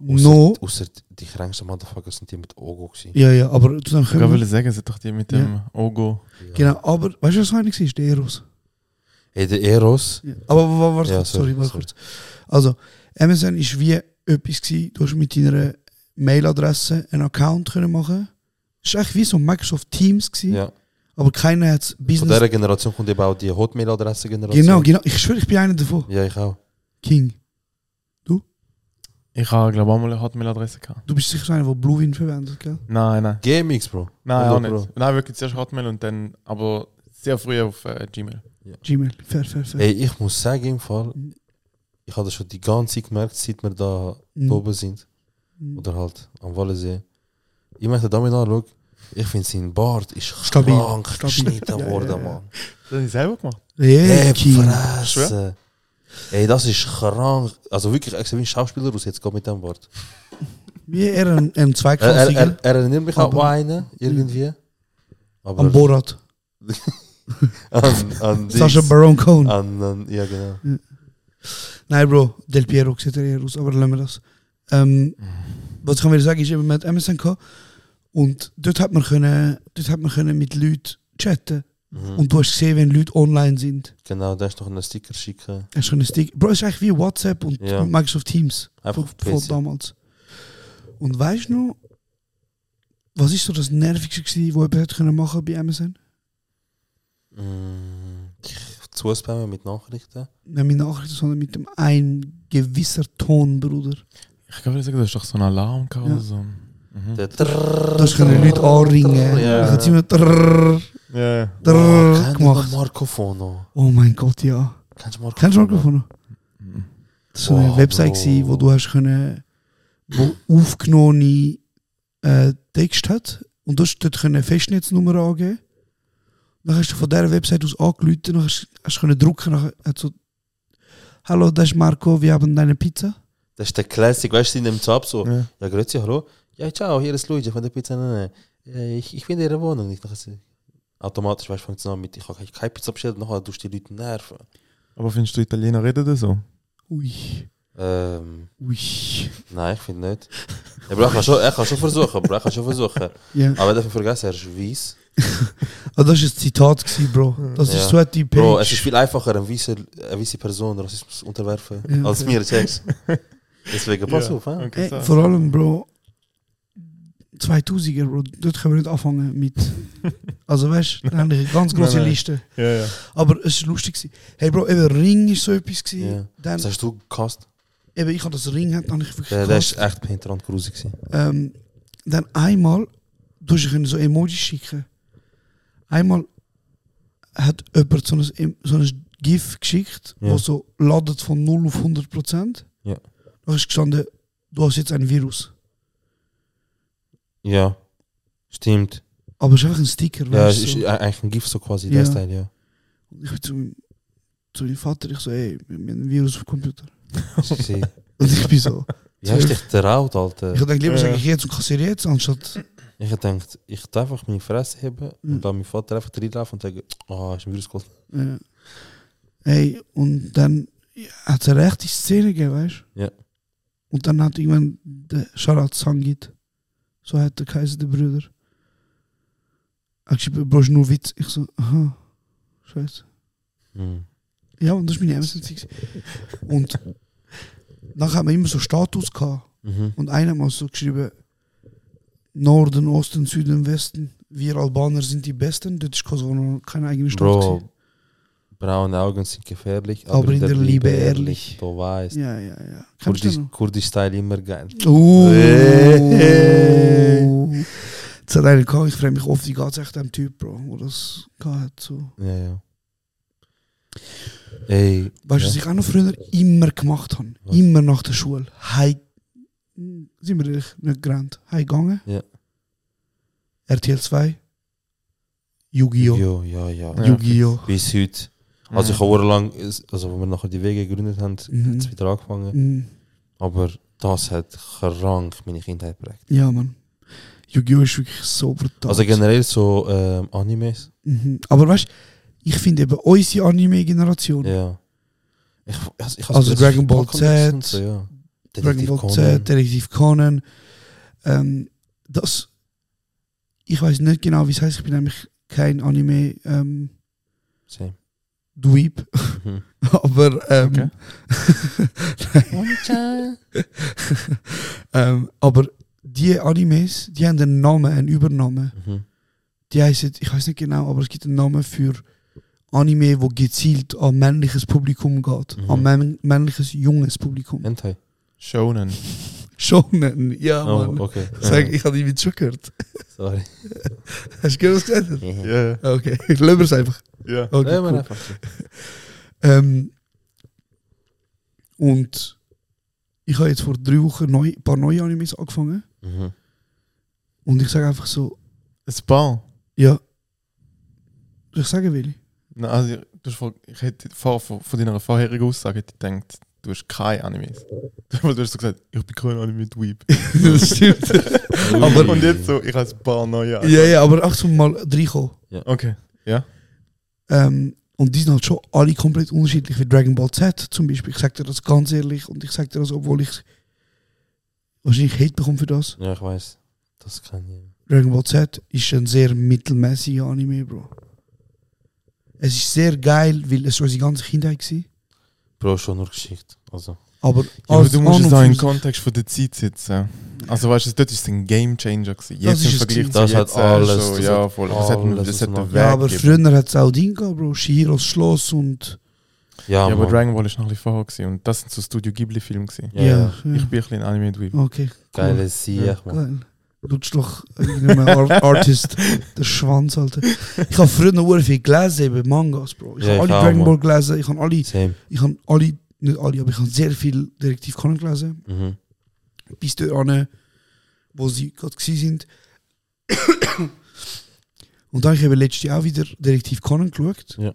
No. Außer die kränksten Motherfucker sind die mit Ogo gewesen. Ja, ja, aber zu dem Ich kommen wollte wir. sagen, es hat doch die mit dem Ogo. Genau, aber weißt du, was meine war? Der Eros. Ey, der Eros. Ja. Aber wa- wa- warte, Ja, kurz, sorry, sorry, warte kurz. Also, MSN war wie etwas, gewesen, du hast mit deiner Mailadresse einen Account können machen Es war echt wie so Microsoft Teams, gewesen, Ja. aber keiner hat Von Business. dieser Generation kommt eben auch die Hotmail-Adresse-Generation. Genau, genau. Ich schwöre, ich bin einer davon. Ja, ich auch. King. Ich habe, glaube ich, auch mal eine Hotmail-Adresse gehabt. Du bist sicher so einer, der Bluewin verwendet, gell? Nein, nein. GMX, Bro. Nein, Oder, auch Bro? nicht. Nein, wirklich zuerst Hotmail und dann, aber sehr früh auf äh, Gmail. Gmail. Fair, fair, fair. Ey, ich muss sagen, im Fall, ich habe das schon die ganze Zeit gemerkt, seit wir da Mhm. oben sind. Oder halt am Wallensee. Ich möchte damit anschauen, ich finde sein Bart ist Stabil. krank Stabil. geschnitten Ja, worden, ja, ja. Mann. Das habe ich selber gemacht. Hey, Ey, King. Fresse. Ey, das ist krank. Also wirklich, ich sehe wie ein Schauspieler aus jetzt gerade mit dem Bart. Wie er ein, ein Er, er, Zweiklassiger er, er erinnert mich Aber- an einen, irgendwie. Aber am Borat. An, an Sascha Dings. Baron Cohen. An, an, ja, genau. Nein, Bro, Del Piero sieht er eher aus, aber lassen wir das. Ähm, was ich kann wieder sagen, ist eben mit MSN gehabt. und dort hat man können, dort hat man können mit Leuten chatten, Mhm. Und du hast gesehen, wenn Leute online sind. Genau, da ist noch einen Sticker schicken. Hast du einen Stick. Bro, es ist eigentlich wie WhatsApp und Ja. Microsoft Teams. Einfach Von, auf von PC. damals. nou, Und weißt du noch, was ist so das Nervigste, gewesen, was jemand hätte können machen bei Amazon? Mhm. Dich Zuspammen mit Nachrichten. Nicht mit Nachrichten, sondern mit dem ein gewisser Ton, Bruder. Ich kann sagen, das ist doch so ein Alarm gehabt Ja. oder so. Mhm. Der Trrrr. Das können Leute anringen. Ja. Ich hätte immer drrrr, Ja, ja. drrrr Wow, kennt ihr noch gemacht. Marco Fono. Oh mein Gott, ja. Kennst du Marco Kennst du Mikrofon? Mhm. Das war eine Oh, Website, Bro. gewesen, wo du hast können, wo aufgenommene äh, Text hat und du hast dort können eine Festnetznummer angeben. Dann hast du von dieser Website aus angelüht, dann hast hast du können drucken, dann hat so Hallo, das ist Marco, wir haben deine Pizza. Das ist der Classic, weißt du, in dem Job so. Ja. Ja, grüezi, hallo. Ja, ciao, hier ist Luigi von der Pizza. Nene. Äh, Ich, ich finde Ihre Wohnung nicht. Nachher sie- Automatisch, weißt du, fängt es an mit, ich habe keine Pizza bestellt, nachher tust du die Leute nerven. Aber findest du Italiener reden das so? Ui, Ähm, ui. nein, ich finde nicht. Ja, aber ich kann schon, ich kann schon versuchen, Bro, ich kann schon versuchen. Ja. Aber darf ich vergessen, er ist weiss. Ah, das war ein Zitat, gewesen, Bro. Das Ja. ist so eine Page. Bro, es ist viel einfacher, eine weisse, eine weisse Person Rassismus unterwerfen, Ja. als mir, checkst Deswegen pass auf, hä? Okay, Ey, so. vor allem, Bro, 2000er, Bro, dort können wir nicht anfangen mit. Also, weißt du, da haben wir eine ganz große Nein, nein. Liste. Ja, ja. Aber es war lustig. Gewesen. Hey, Bro, eben Ring war so etwas. Gewesen. Ja. Dann, Was hast du gehasst? eben, ich habe das Ring, gehabt, dann habe ich wirklich. Der, der gehasst. ist echt penetrant grusig. gewesen. ähm, dann einmal, du hast können so Emojis schicken. Einmal hat jemand so ein, Em- so ein GIF geschickt, Ja. wo so ladet von 0 auf 100 Prozent. Ja. Da ist gestanden, du hast jetzt ein Virus. Ja, stimmt. Aber es ist einfach ein Sticker, Ja, weißt es ist du? so. eigentlich ein GIF so quasi, Ja. der Style, ja. Und Ich bin zu, meinem- zu meinem Vater, ich so, ey, wir haben ein Virus auf dem Computer. Sie- Und ich bin so, Wie hast du dich traut, Alter? ich hab gedacht, lieber Ja. sage ich jetzt und kassiere jetzt, anstatt Ich hab gedacht, ich darf einfach meine Fresse heben Mhm. und dann mein Vater einfach reinlaufen und sagen, ah, ist ein Virus gekommen. Ja. Ey, und dann hat es eine rechte Szene gegeben, weißt du? Ja. Und dann hat irgendwann der Sharat Sangit, so hat der Kaiser der Brüder, hat geschrieben, Bro, ist nur Witz. Ich so, aha, scheiße. Mhm. Ja, und das war meine Amazon Und dann hat man immer so Status gehabt. Mhm. Und einer hat mal so geschrieben, Norden, Osten, Süden, Westen, wir Albaner sind die Besten. Dort ist Kosovo noch keine eigene Stadt. gewesen. Bro, braune Augen sind gefährlich, aber, in der, Liebe, ehrlich. Du weißt. Ja, ja, ja. Kennst du Kurdisch, noch? Kurdisch-Style immer geil. Oh. Hey. Das hat einen gehabt, ich frage mich oft, wie geht es echt dem Typ, Bro, wo das gehabt hat. So. Ja, ja. Ey, Weißt ja. du, was ich auch noch früher immer gemacht habe? Was? Immer nach der Schule. Hei. Sind wir ehrlich, nicht gerannt. Hei gegangen. Ja. RTL 2. Yu-Gi-Oh! Jo, ja, ja. Ja. Yu-Gi-Oh! Bis heute. Also ich habe lang, also wenn wir nachher die Wege gegründet haben, hat's Mhm. wieder angefangen. Mhm. Aber das hat krank meine Kindheit geprägt. Ja, Mann. Yu-Gi-Oh! ist wirklich so brutal. Also generell so ähm, Animes. mhm. Aber weißt du, ich finde eben unsere Anime-Generation. Ja. Ich, also ich Also Dragon Ball Z, und So, ja. Dragon Detektiv Ball Conan. Z, Detektiv eh, Conan. Ähm, das, ich weiß nicht genau, wie es heißt. Ich bin nämlich kein Anime ähm, Same. Dweeb, Mhm. aber ähm, ähm, aber die Animes, die haben einen Namen, einen Übernamen. Mhm. Die heißen, ich weiß nicht genau, aber es gibt einen Namen für Anime, wo gezielt an männliches Publikum geht, Mhm. an männ- männliches junges Publikum. Hentai. Shonen. Shonen, ja Oh, Ah, Mann. okay. Sag, Ja, ich habe die mit schon gehört. Sorry. Hast du gehört, was gesagt hat? Ja. Ja, Okay, lassen wir es einfach. ja. Okay, Nehmen wir cool. einfach so. ähm, und ich habe jetzt vor drei Wochen neu, ein paar neue Animes angefangen. Mhm. Und ich sage einfach so, Ein paar. ja. Soll ich sagen, Willi? Nein, also, du hast vor, ich hätte vor, vor, von deiner vorherigen Aussage hätte ich gedacht, du hast keine Animes. Weil Du hast so gesagt, ich bin kein Anime-Dweeb. das stimmt. Ui. Und jetzt so, ich habe ein paar neue. Animes. ja, ja, aber achtung mal reinkommen. Okay. Ähm, und die sind halt schon alle komplett unterschiedlich, wie Dragon Ball Z zum Beispiel. Ich sage dir das ganz ehrlich und ich sage dir das, obwohl ich wahrscheinlich Hate bekomme für das. Ja, ich weiß. Das kann ich. Dragon Ball Z ist ein sehr mittelmäßiger Anime, Bro. Es ist sehr geil, weil es unsere ganze Kindheit war. Bro, schon nur Geschichte. Also. Aber, Ja, aber als du musst es an und auch für im sich- Kontext von der Zeit setzen. Also weißt du, dort war es ein Game Changer. Gewesen. Jetzt ist im es Vergleich gewesen. zu Das hat jetzt, äh, alles, Schon, das ja, hat voll. Das hat, alles das hat den ausgemacht. Weg Ja, aber gegeben. früher hat es auch Dinge gehabt, Bro. Shihiros Schloss und. Ja, Ja, aber Mann. Dragon Ball war noch ein bisschen vorher. Gewesen. Und das sind so Studio Ghibli-Filme. gewesen. Ja, ja. ja. Ich bin ein bisschen Anime-Dweeb. Okay. Geile Sieg, Mann. Geil. Lutsch doch irgendeinem Ar Artist der Schwanz, Alter. Ich habe früher noch sehr viel gelesen, eben Mangas, Bro. Ich Ja, habe ich alle auch, Dragon Ball Mann. gelesen, ich habe alle, Same. ich habe alle, nicht alle, aber ich habe sehr viel Direktiv Conan gelesen. Mhm. Bis dahin, wo sie gerade gewesen sind. Und dann habe ich eben letztes Jahr auch wieder Direktiv Conan geschaut. Ja.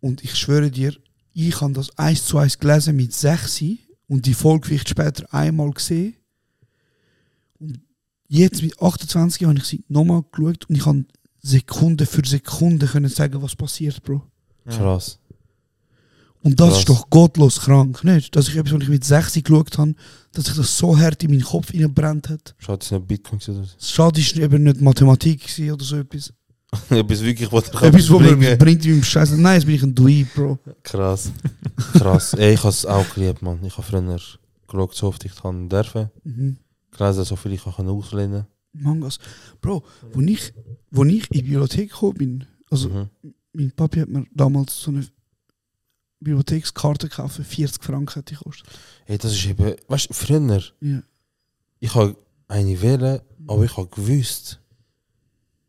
Und ich schwöre dir, ich habe das eins zu eins gelesen mit 6 und die Folge vielleicht später einmal gesehen. Und jetzt mit 28 habe ich sie nochmal geschaut und ich habe Sekunde für Sekunde können sagen, was passiert, Bro. Krass. Und das Krass. ist doch gottlos krank, nicht? Dass ich etwas, was ich mit 60 geschaut habe, dass ich das so hart in meinen Kopf reingebrannt hat. Schaut es nicht Bitcoin gewesen oder so. Schade ist eben nicht Mathematik gewesen oder so etwas. Etwas wirklich, was er etwas, was mir bringen. bringt in meinem Scheiß. Nein, jetzt bin ich ein Dweeb, Bro. Krass. Krass. Ey, ich habe es auch geliebt, Mann. Ich habe früher geschaut, so oft ich kann dürfen. Mhm. Gelesen, so viel ich kann auslehnen. Mangas. also, Bro, wo ich, wo ich in die Bibliothek gekommen bin, also Mhm. mein Papi hat mir damals so eine Bibliothekskarte gekauft, 40 Franken hat die gekostet. Ey, das ist eben, weißt du, früher, Ja. ich habe eine Wähle, aber ich habe gewusst,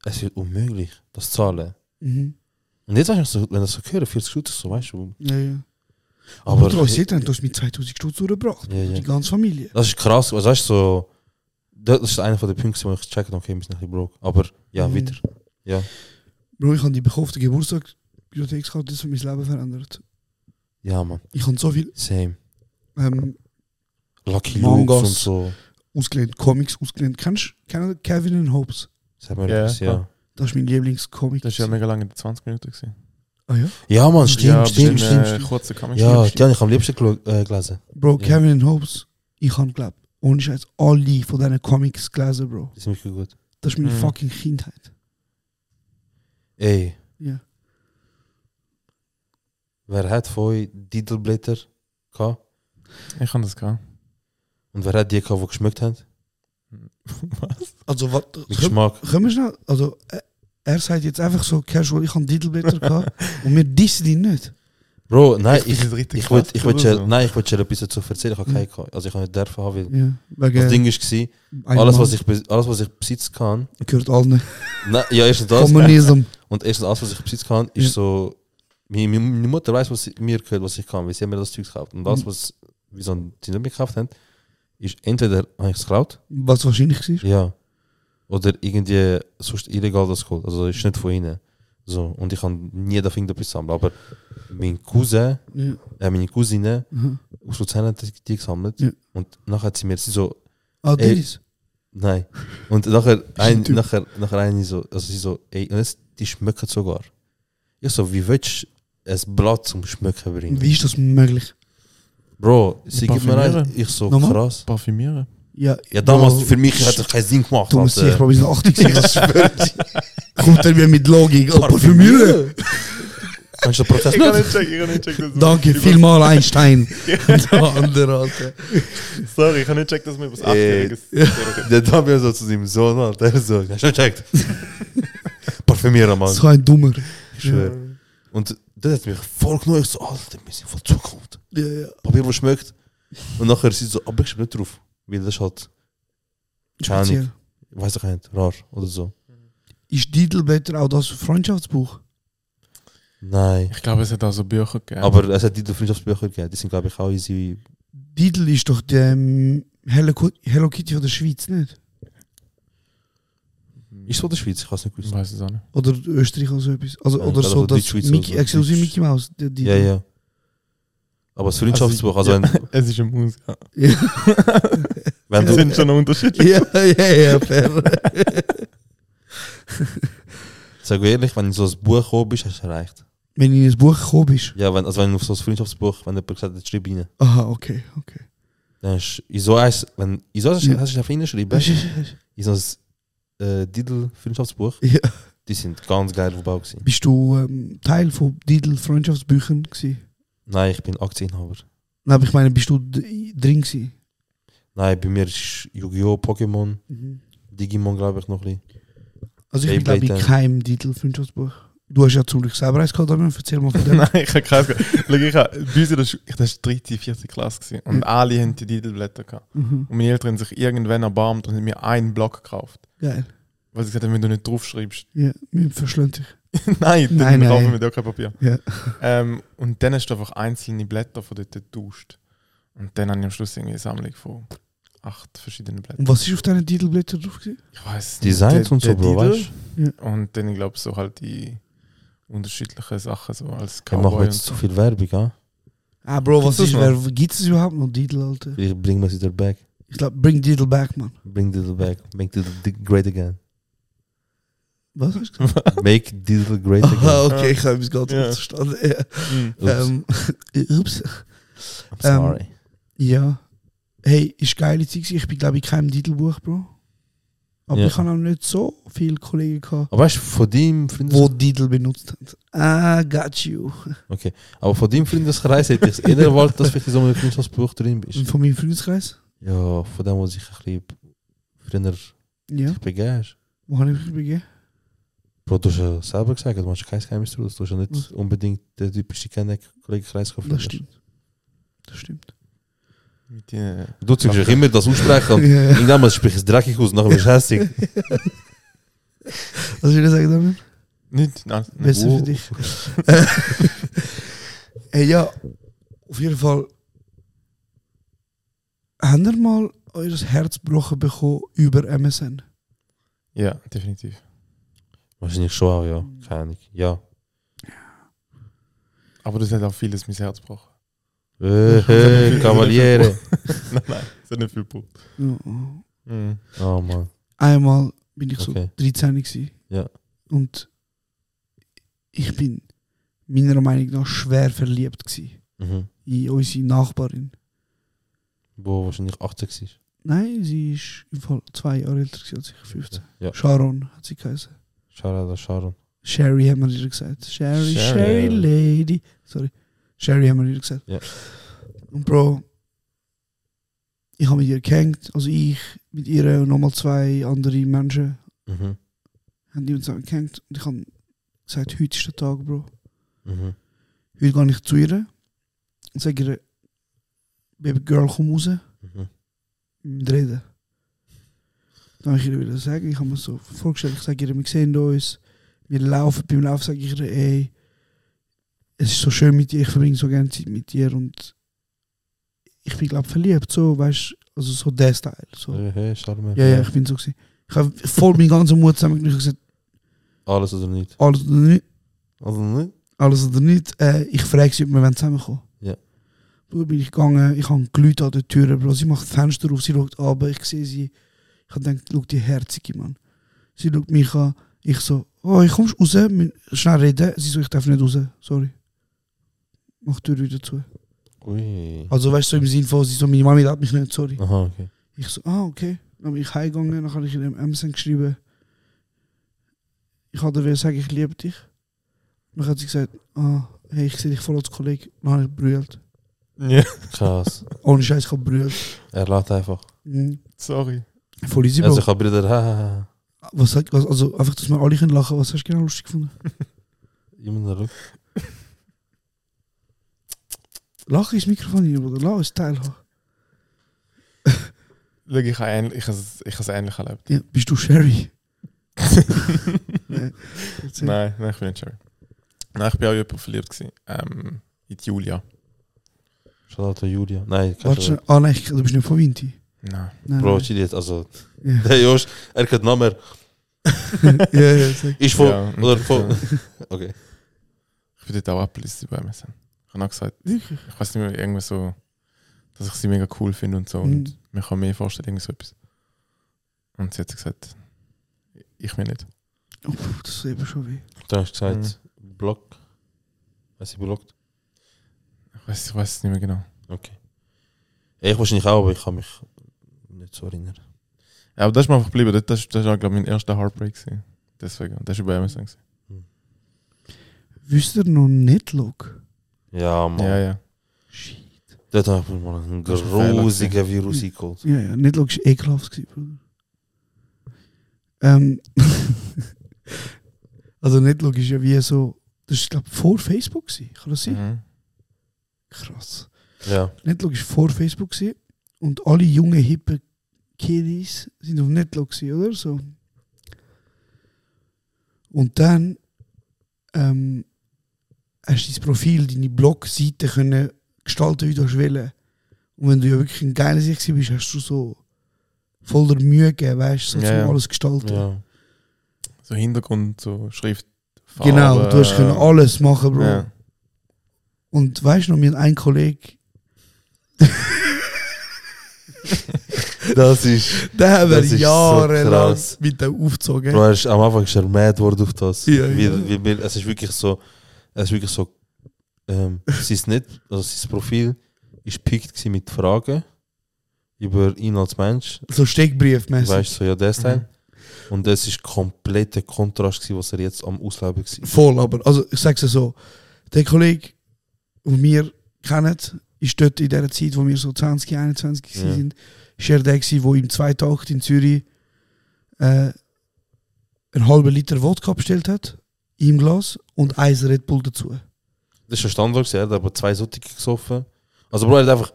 es wird unmöglich, das zu zahlen. Mhm. Und jetzt, weißt du, so- wenn ich das so höre, 40 Stunden, so weißt du. Ja, ja. Aber, Aber du hast gesehen, du hast mit 2000 Stutz durchgebracht. Ja, ja. Die ganze Familie. das ist krass, also, weißt du, so, das ist einer von den Punkten, wo ich checke, okay, wir sind ein bisschen broke. Aber ja, Mhm. wieder. Ja. Bro, ich habe die bekaufte Geburtstag Bibliothekskarte, das hat mein Leben verändert. Ja, Mann. Ich habe so viel Same. ähm, Lucky Mangas. Lukes und so. ausgelehnt, Comics ausgelehnt. Kennst du Kevin and Hobbes? Sag mal Ja, etwas, ja. klar. Das ist mein Lieblingscomic. Das war ja mega lange, 20 Minuten. Gewesen. ah, ja? Ja, Mann, stimmt, ja, stimmt, bei den, stimmt. äh, stimmt. kurzen Comic Ja, die habe ich am liebsten gelu- äh, gelesen. Bro, Ja. Kevin and Hobbes, ich habe glaubt, ohne Scheiß, alle von diesen Comics gelesen, Bro. Die sind wirklich gut. Das ist meine Mhm. fucking Kindheit. Ey, Ja. wer hat von euch Didelblätter gehabt? Ich kann das gar. Und wer hat die gehabt, die geschmeckt haben? Also, was? Mit Geschmack. Können wir schnell, also, äh, er sagt jetzt einfach so casual, ich habe Didelblätter gehabt und wir dissen ihn nicht. Bro, nein, Ich ich, finde es richtig ich wollte krass, ich wollt oder dir- so. Mhm. nein, ich wollte dir etwas dazu erzählen. Ich habe keine gehabt. Also ich habe nicht dürfen haben, weil Ja, wegen das Ding war, einem alles was, Mann. ich, bes- alles, was ich besitzen kann, Gehört allen. nein, ja, erstens das, Kommunism. und erstens alles, was ich besitzen kann, ist Ja. so, meine, meine Mutter weiß, was sie- mir gehört, was ich kann, weil sie hat mir das Zeug gekauft. Und Mhm. das, was wie so, sie nicht mehr gekauft haben, ist entweder habe ich es geklaut, Was wahrscheinlich war. ja, oder irgendwie sonst illegal das geholt, also ist nicht von ihnen. So, und ich kann nie da etwas sammeln, aber mein Cousin, Ja. äh, meine Cousine Mhm. aus Luzern hat die- die gesammelt Ja. und nachher hat sie mir sie so, Ah, Ey. Dillis. Äh, nein. Und nachher, ein, Typ. nachher, nachher eine so, also sie so, ey, und jetzt, die schmecken sogar. Ich so, wie willst du ein Blatt zum Schmecken bringen? Wie ist das möglich? Bro, sie gibt mir ein, Parfümieren? ich so, Nochmal? krass. Parfümieren? Ja, Ja, damals, Bro, für mich hat das keinen äh. Sinn gemacht. Du musst Alter. sicher, Bro, wir sind 80 gewesen, das Kommt er mir mit Logik, aber für mich. Kannst du den Prozess kann nicht? nicht checken, ich kann nicht checken. dass- Danke vielmal, Einstein. Und der andere, Alter. Sorry, ich kann nicht checken, dass man was Ey. Achtjähriges... Ja. Äh, Der Damien so zu seinem Sohn, Alter, er so, hast du nicht gecheckt? Parfümieren, Mann. So ein Dummer. Ich schwör. Und das hat mich voll genug, ich so, Alter, wir sind voll Zukunft. Ja, ja. Papier, das schmeckt. Und nachher sind sie so, aber ich schreibe nicht drauf. Weil das ist halt, Keine Ahnung. Speziell. weiß ich nicht, rar oder so. Ist Didelblätter auch das Freundschaftsbuch? Nein. Ich glaube, es hat auch so Bücher gegeben. Aber es hat die Freundschaftsbücher gegeben, die sind, glaube ich, auch easy. Didel ist doch der ähm, Hello, Ku- Hello Kitty von der Schweiz, nicht? Ist so der Schweiz, ich habe es nicht Ich gewusst. weiß es auch nicht. Oder Österreich oder so etwas. Also, Ja, oder also so, die das Schweiz, Mickey, also exklusive die- Mickey Mouse. Der Didel. Ja, ja. Aber das Freundschaftsbuch, also ja, wenn, Es ist ein Maus, ja. wenn Es du. sind schon unterschiedlich. ja, ja, ja, fair. Sag mir ehrlich, wenn du in so ein Buch gekommen bist, hast du erreicht. Wenn du in ein Buch gekommen bist. Ja, wenn, also wenn du auf so ein Freundschaftsbuch, wenn jemand gesagt hat, schreib rein. Aha, okay, okay. Dann hast du, in so eins, wenn, in so eins Ja. hast du einfach reinschreiben, Weißt du, in so ein äh, Didel-Freundschaftsbuch, Ja. Die sind ganz geil aufgebaut. gewesen. Bist du ähm, Teil von Didel Freundschaftsbüchern gewesen? Nein, ich bin Aktienhaber. Nein, aber ich meine, bist du d- drin gewesen? Nein, bei mir ist Yu-Gi-Oh!, Pokémon, Mhm. Digimon, glaube ich, noch ein bisschen. Also ich bin Beyblade glaube ich dann. kein Didel Freundschaftsbuch. Du hast ja zum Glück selber eins gehabt, Damian, erzähl mal von dem. Nein, ich habe keins gehabt. Schau, ich habe, bei uns in der Schule, ich- das war 3., 4. Klasse gewesen, und alle haben die Didelblätter gehabt. Mhm. Und meine Eltern haben sich irgendwann erbarmt und haben mir einen Block gekauft. Geil. Weil sie gesagt haben, wenn du nicht draufschreibst, Ja, wir verschlönt dich. nein, dann Nein, kaufen nein. wir doch kein Papier. Ja. Ähm, und dann hast du einfach einzelne Blätter von dort getauscht. Und dann habe ich am Schluss irgendwie eine Sammlung von acht verschiedenen Blättern. Und was ist auf deinen Titelblättern drauf? gewesen? Ich weiß Designs und so, Bro, weißt Ja. Und dann, ich glaube, so halt die unterschiedlichen Sachen, so als Wir machen Cowboy und jetzt zu so. viel Werbung, ah? Ah, Bro, was Gibt's ist, das wer, gibt's es überhaupt noch Didel, Alter? Vielleicht bringen wir sie wieder back. Ich glaube, bring Didel back, man. Bring Diddle back. Make Diddle great again. Was hast du gesagt? Make Diddle great Ah, again. okay, ich habe es gerade Ja. verstanden. Ja. Mhm. Ups, Ähm, ups. I'm sorry. Ja. Hey, ist geile Zeit. gewesen. Ich bin, glaube ich, kein Titelbuch, Bro. Aber Ja. ich habe auch nicht so viele Kollegen gehabt, Aber weißt du, von deinem die Freundes Titel benutzt haben. Ah, got you. aber von deinem Freundeskreis hätte ich eher erwartet, dass vielleicht in so einem Freundschaftsbuch drin Und bist. von meinem Freundeskreis? Ja, von dem, was ich ein bisschen früher Ja. begehrst. Wo habe ich mich begeben? Bro, du hast ja selber gesagt, du machst kein Geheimnis draus. Du hast ja nicht Was? unbedingt der typische Kollegenkreis Das stimmt. Das stimmt. Mit den Du ziehst dich immer das aussprechen und Ja. irgendwann sprichst du es dreckig aus und nachher bist du hässlich. Was will ich sagen damit? Nicht, nein. nein. Besser für dich. hey, ja, auf jeden Fall. Habt ihr mal euer Herz gebrochen bekommen über MSN? Ja, definitiv. Wahrscheinlich schon auch, ja. Keine Ahnung. Ja. Aber das hat auch vieles mein Herz gebrochen. Äh, äh, Kavaliere. nein, nein, es hat nicht viel gebraucht. Mhm. Oh Mann. Einmal bin ich Okay. so 13 gewesen. Ja. Und ich bin meiner Meinung nach schwer verliebt gewesen Mhm. in unsere Nachbarin. Wo wahrscheinlich 80 ist. Nein, sie ist im Fall zwei Jahre älter gewesen als ich, 15. Ja. Sharon hat sie geheißen. Shara da Sharon. Sherry haben wir ihr gesagt. Sherry, Sherry. Sherry, Lady. Sorry. Sherry haben wir ihr gesagt. Ja. Und Bro, ich habe mit ihr gehängt. Also ich mit ihr und nochmal zwei andere Menschen Mhm. haben die uns gehängt. Und ich habe gesagt, heute ist der Tag, Bro. Mhm. Heute gehe ich zu ihr und sage ihr, Baby Girl, Mm, komm raus. Mhm. mit Reden. Dann habe ich ihr wieder sagen, ich habe mir so vorgestellt, ich sage ihr, wir sehen uns, wir laufen, beim Laufen sage ich ihr, ey, es ist so schön mit dir, ich verbringe so gerne Zeit mit dir und ich bin, glaube verliebt, so, weißt also so der Style. So. Äh, hey, Charme. Oh. Ja, ja, ich bin so gewesen. Ich habe voll meinen ganzen Mut zusammengeknüpft und gesagt, Alles oder nicht? alles oder nicht, Also nicht? alles oder nicht, äh, ich frage sie, ob wir zusammenkommen wollen. Ja. Bruder, bin ich gegangen, ich habe Leute an der Tür, Bro. sie macht Fenster auf, sie schaut runter, ich sehe sie. Ich habe gedacht, schau die Herzige, Mann. Sie schaut mich an, ich so, oh, ich kommst raus, wir- schnell reden. Sie so, ich darf nicht raus, sorry. Mach die Tür wieder zu. Ui. Also weißt du, so im Sinne von, sie so, meine Mami hat mich nicht, sorry. Aha, okay. Ich so, ah, okay. Dann bin ich heimgegangen, dann habe ich in dem MSN geschrieben, ich habe dir sagen, ich liebe dich. Dann hat sie gesagt, ah, hey, ich sehe dich voll als Kollege. Dann habe ich brüllt. Ja, Krass. Ohne Scheiß, ich habe brüllt. Er lacht einfach. Mhm. sorry. Voll easy, Bro. Also ich habe Brüder. ha, ha, ha. was, hat- was, also einfach, dass wir alle können lachen. Was hast du genau lustig gefunden? Jemand da schaut. Lachen ins Mikrofon hier, Bruder. Lachen ist Teil haben. Schau, ich habe ähnlich- ich habe es ich habe es ähnlich erlebt. Ja, bist du Sherry? Erzähl. Nein, nein, ich bin nicht sorry. Nein, ich bin auch in jemanden verliebt gewesen. Ähm, in die Julia. Shoutout an Julia. Nein, kein Warte, Shoutout. schnell. ah nein, ich, du bist nicht von Vinti. Nein. Nein, Bro, nein. chill jetzt. Also, Ja. der Josh, er kennt Namen. ja, ja, sag. Ich von. Ja, oder ich- von. Okay. Ich bin dort auch abgelistet bei MSN. Ich habe auch gesagt, ich weiß nicht mehr, irgendwie so, dass ich sie mega cool finde und so. Und Mhm. mir kann mehr vorstellen, irgendwie so etwas. Und sie hat gesagt, ich mir nicht. Oh, pff, das ist eben schon weh. Dann hast du gesagt, Block. Hast du blockt? Ich weiß, ich weiß es nicht mehr genau. Ja, Ich wahrscheinlich auch, aber ich kann mich nicht so erinnern. Ja, aber das ist mir einfach geblieben. Das, das, das war, glaube ich, mein erster Heartbreak. Gewesen. Deswegen, das war bei Amazon. gewesen. Wisst ihr noch nicht, Luke? Ja, Mann. Ja, ja. Dort habe ich mal einen Das ist ein Fehler grusigen Virus eingeholt. Ja, ja, nicht Luke war ekelhaft, gewesen, Bruder. Ähm, also nicht Luke ist ja wie so, das ist glaube vor Facebook gewesen. kann das sein? Mhm. Krass. Ja. Netlog war vor Facebook gewesen, und alle jungen, hippen Kiddies sind auf Netlog, gewesen, oder? So. Und dann ähm, hast du dein Profil, deine Blogseite können gestalten, wie du hast willst. Und wenn du ja wirklich ein geiler Sicht gewesen bist, hast du so voll der Mühe gegeben, weißt du, so Ja, ja. zum alles gestalten. ja. So Hintergrund, so Schrift. Farbe, Genau, äh, du hast können alles machen, Bro. Ja. Und weißt du noch, mir ein Kollege, Das ist. der Das wäre ist so jahrelang krass. mit dem aufgezogen. Bro, er ist am Anfang schon mad worden auf das. Ja, wie, ja. Wie, wir- es ist wirklich so. Es ist wirklich so. Ähm, es ist nicht. Also sein Profil ist pickt gewesen mit Fragen über ihn als Mensch. So Steckbriefmäßig. Weißt du, so, ja, das Teil. Mhm. Und das ist kompletter Kontrast, gewesen, was er jetzt am Ausleben war. Voll, aber also ich sage es so: Der Kollege, den wir kennen, ist dort in der Zeit, wo wir so 20, 21 Ja. ja. sind, ist er der, gewesen, wo im 2008 in Zürich äh, einen halben Liter Wodka bestellt hat, im Glas und ein Red Bull dazu. Das ist ein Standard, gewesen, er hat aber zwei Sottige gesoffen. Also, Bro, er hat einfach.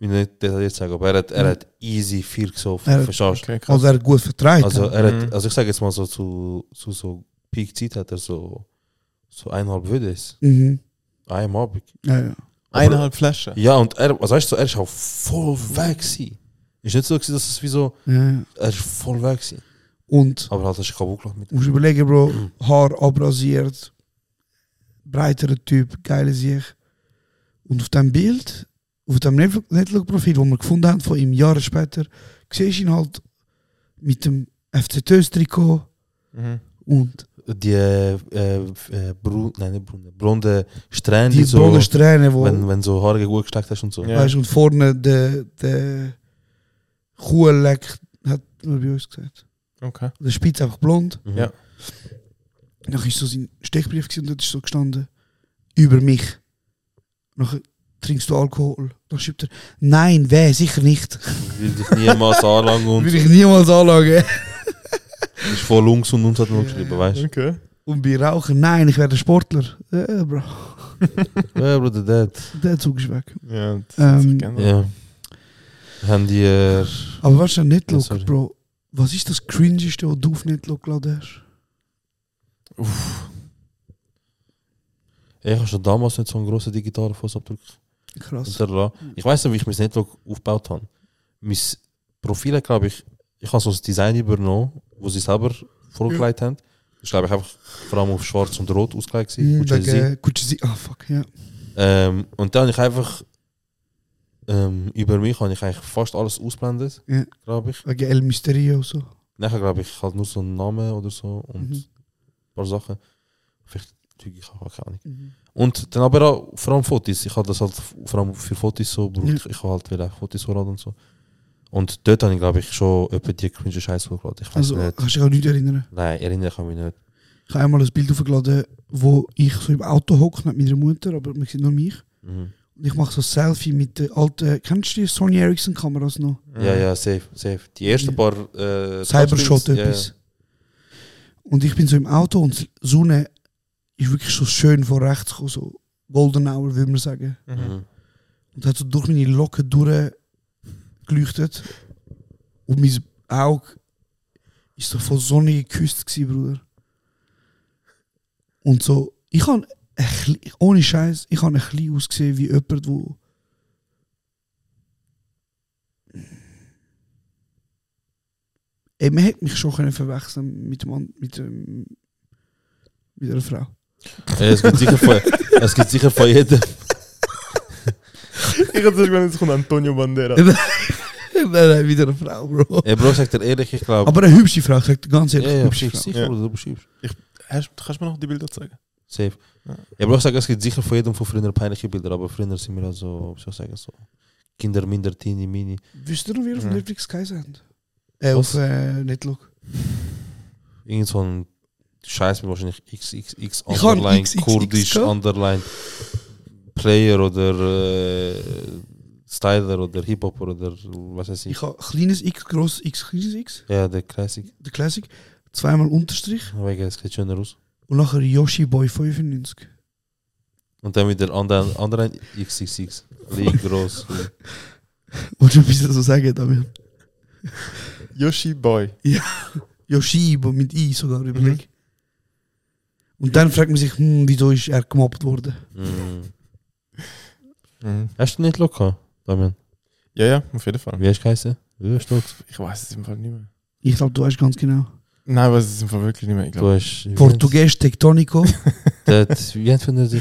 Ich will nicht detailliert sagen, aber er hat, er Mhm. hat easy viel gesoffen. Er hat- verstehst du? Okay, krass. Also er hat gut vertreibt. Also, er Mhm. hat, also ich sage jetzt mal so, zu, zu so Peak-Zeit hat er so, so eineinhalb Videos. mhm. Einem Abend. ja, ja. Eineinhalb Flaschen. Ja, und er, also weißt du, er ist auch voll weg gewesen. Ist nicht so, gewesen, dass es wie so, Ja, ja. er ist voll weg gewesen. Und Aber halt, er ist kaputt gelacht mit musst du überlegen, Bro, Haar abrasiert, breiterer Typ, geile Sicht. Und auf dem Bild, auf dem Netflix- Netflix-Profil, das wir gefunden haben von ihm Jahre später, siehst du ihn halt mit dem FC Tös-Trikot Mhm. und Die, äh, äh, Brun, nein, nicht Brun, blonde Strähnen, die, die so, braunen Strähnen, wo, wenn, wenn so Haare gut gesteckt hast und so. Ja. weißt, und vorne der de Kuhleck hat man bei uns gesagt. Okay. Der Spitz einfach blond. Mhm. Ja. Dann war so sein Stechbrief gewesen und dort ist so gestanden, über mich. Nachher trinkst du Alkohol. Dann schreibt er, nein, wer, sicher nicht. Will dich niemals anlangen und Würde ich niemals anlangen. ist voll ungesund und hat nur geschrieben, weißt du? Okay. Und bei Rauchen, nein, ich werde Sportler. Äh, bro, Ja, Bruder, Dad. der Zug ist weg. Ja, das hat sich Ähm, geändert. Ja. Haben die. Äh, Aber was du nicht Ja, look, sorry. Bro? Was ist das Cringeste, was du auf nicht look geladen hast? Ich habe schon damals nicht so einen grossen digitalen Fußabdruck Krass. hinterlassen. Ich weiß nicht, wie ich mein Netzwerk aufgebaut habe. Mein Profil, glaube ich, ich habe so ein Design übernommen, das sie selber vorgelegt haben. Ich glaube, ich habe vor allem auf schwarz und rot ausgelegt. Hm, gewesen, gut zu sehen. Wegen Kutschesi. Ah, fuck, ja. Ähm, und dann habe ich einfach ähm, über mich habe ich eigentlich fast alles ausblendet, Ja. glaube ich. Wegen El Mysterio so. Nachher glaube ich halt nur so einen Namen oder so und Mhm. ein paar Sachen. Vielleicht tüge ich auch keine Ahnung. Mhm. Und dann aber auch vor allem Fotos. Ich habe das halt vor allem für Fotos so gebraucht. Ja. Ich habe halt wieder Fotos vorladen und so. Und dort habe ich, glaube ich, schon etwa die cringe Scheiße hochgeladen. Ich weiß Also, nicht. kannst du dich auch nicht erinnern? Nein, erinnere ich mich nicht. Ich habe einmal ein Bild aufgeladen, wo ich so im Auto hocke mit meiner Mutter, aber man sieht nur mich. Mhm. Und ich mache so ein Selfie mit der alten, kennst du die Sony Ericsson-Kameras noch? Ja, ja, safe, safe. Die ersten Ja. paar. Äh, Cybershot Touchscreens, etwas. Und ich bin so im Auto und die Sonne ist wirklich so schön von rechts gekommen, so Golden Hour, würde man sagen. Ja, ja. Mhm. Und hat so durch meine Locken durchgeleuchtet. Und mein Auge ist so voll Sonne geküsst, gewesen, Bruder. Und so, ich habe ohne Scheiß, ich habe ein bisschen ausgesehen wie jemand, wo Ey, man hätte mich schon können verwechseln mit, dem, an- mit, dem, mit einer Frau. Äh, es, gibt sicher von, es gibt sicher von jedem. Ich hätte sogar jetzt kommt Antonio Bandera. nein, nein, mit einer Frau, Bro. Ey, Bro, ich sag dir ehrlich, ich glaube. Aber eine hübsche Frau, sagt ganz Ja, ehrlich, ja, hübsche bestimmt, Frau. sicher, Ja. Bruder, du bestimmt. Hast, kannst du mir noch die Bilder zeigen? Safe. Ja. Ja. aber ich sage, es gibt sicher von jedem von früher peinliche Bilder, aber früher sind wir also, wie soll ich sagen, so Kinder minder, Teenie, Mini. Wisst ihr noch, wie ihr auf Mhm. Netflix geheißen habt? Äh, Was? auf äh, Netlook. Irgend so ein scheiß mir wahrscheinlich XXX Ich hab Underline, XXX Kurdisch gehabt. Underline, Player oder äh, Styler oder Hip-Hop oder was weiß ich. Ich habe kleines X, grosses X, kleines X, Ja, der Classic. der Classic, zweimal Unterstrich Wegen, es geht schöner aus. und nachher Yoshi Boy 95. Und dann wieder anderen, anderen XXX. Lieg groß. Wolltest du ein bisschen so sagen, Damian? Yoshi Boy. Yoshibo mit I sogar Mhm. überleg. Und dann fragt man sich, hm, wieso ist er gemobbt worden? mm. Mhm. Hast du nicht locker, Damian? Ja, ja, auf jeden Fall. Wie hast du geheißen? Ja, stolz. Ich weiß es im Fall nicht mehr. Ich glaube, du weißt ganz genau. Nein, ich weiß es im Fall wirklich nicht mehr. Ich Du glaube, hast. Portugies Tektonico. Das, wie nennt man das?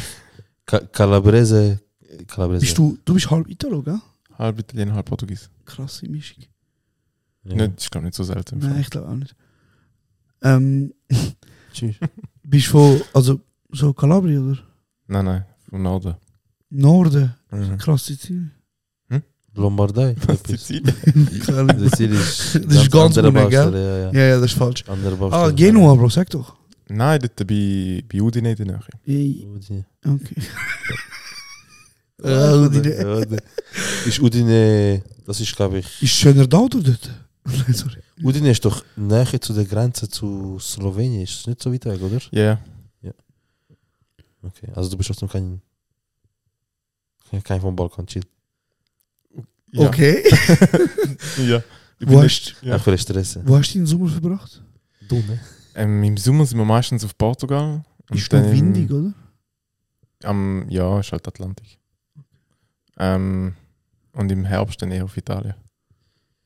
Ka Calabrese. Calabrese. bist du, du bist halb Italo, gell? halb Italiener, halb Portugies. Krasse Mischung. Ja. Nicht, ich glaube nicht so selten. im Nein, Fall. ich glaube auch nicht. Ähm, Tschüss. bist von, also so Kalabrien oder? Nein, nein, vom Norden. Norden. Mhm. Krass Sizilien. Lombardei. etwas. Sizilien. Keine- Das ist, Das ist ganz andere unten, gell? Baustelle, Ja, ja. ja, ja, das ist falsch. Andere Baustelle. Ah, Genua, Bro, sag doch. Nein, dort bei, bei Udine in der Nähe. Ey, Udine. Okay. Ah, Udine. Ja, Udine. Ist Udine, das ist glaube ich, Ist schöner da oder dort? Nein, sorry. Udine ist doch näher zu der Grenze zu Slowenien, ist nicht so weit weg, oder? Ja, yeah. Okay, also du bist trotzdem kein, kein- kein vom Balkan, chill. ja. Okay. Ja. Ich bin Wo nicht, hast, Ja. Ja. Einfach Stress. wo hast du den Sommer verbracht? Du, ne? ähm, Im Sommer sind wir meistens auf Portugal. und Ist noch dann- windig, oder? Am, ja, ist halt Atlantik. Ähm, und im Herbst dann eher auf Italien.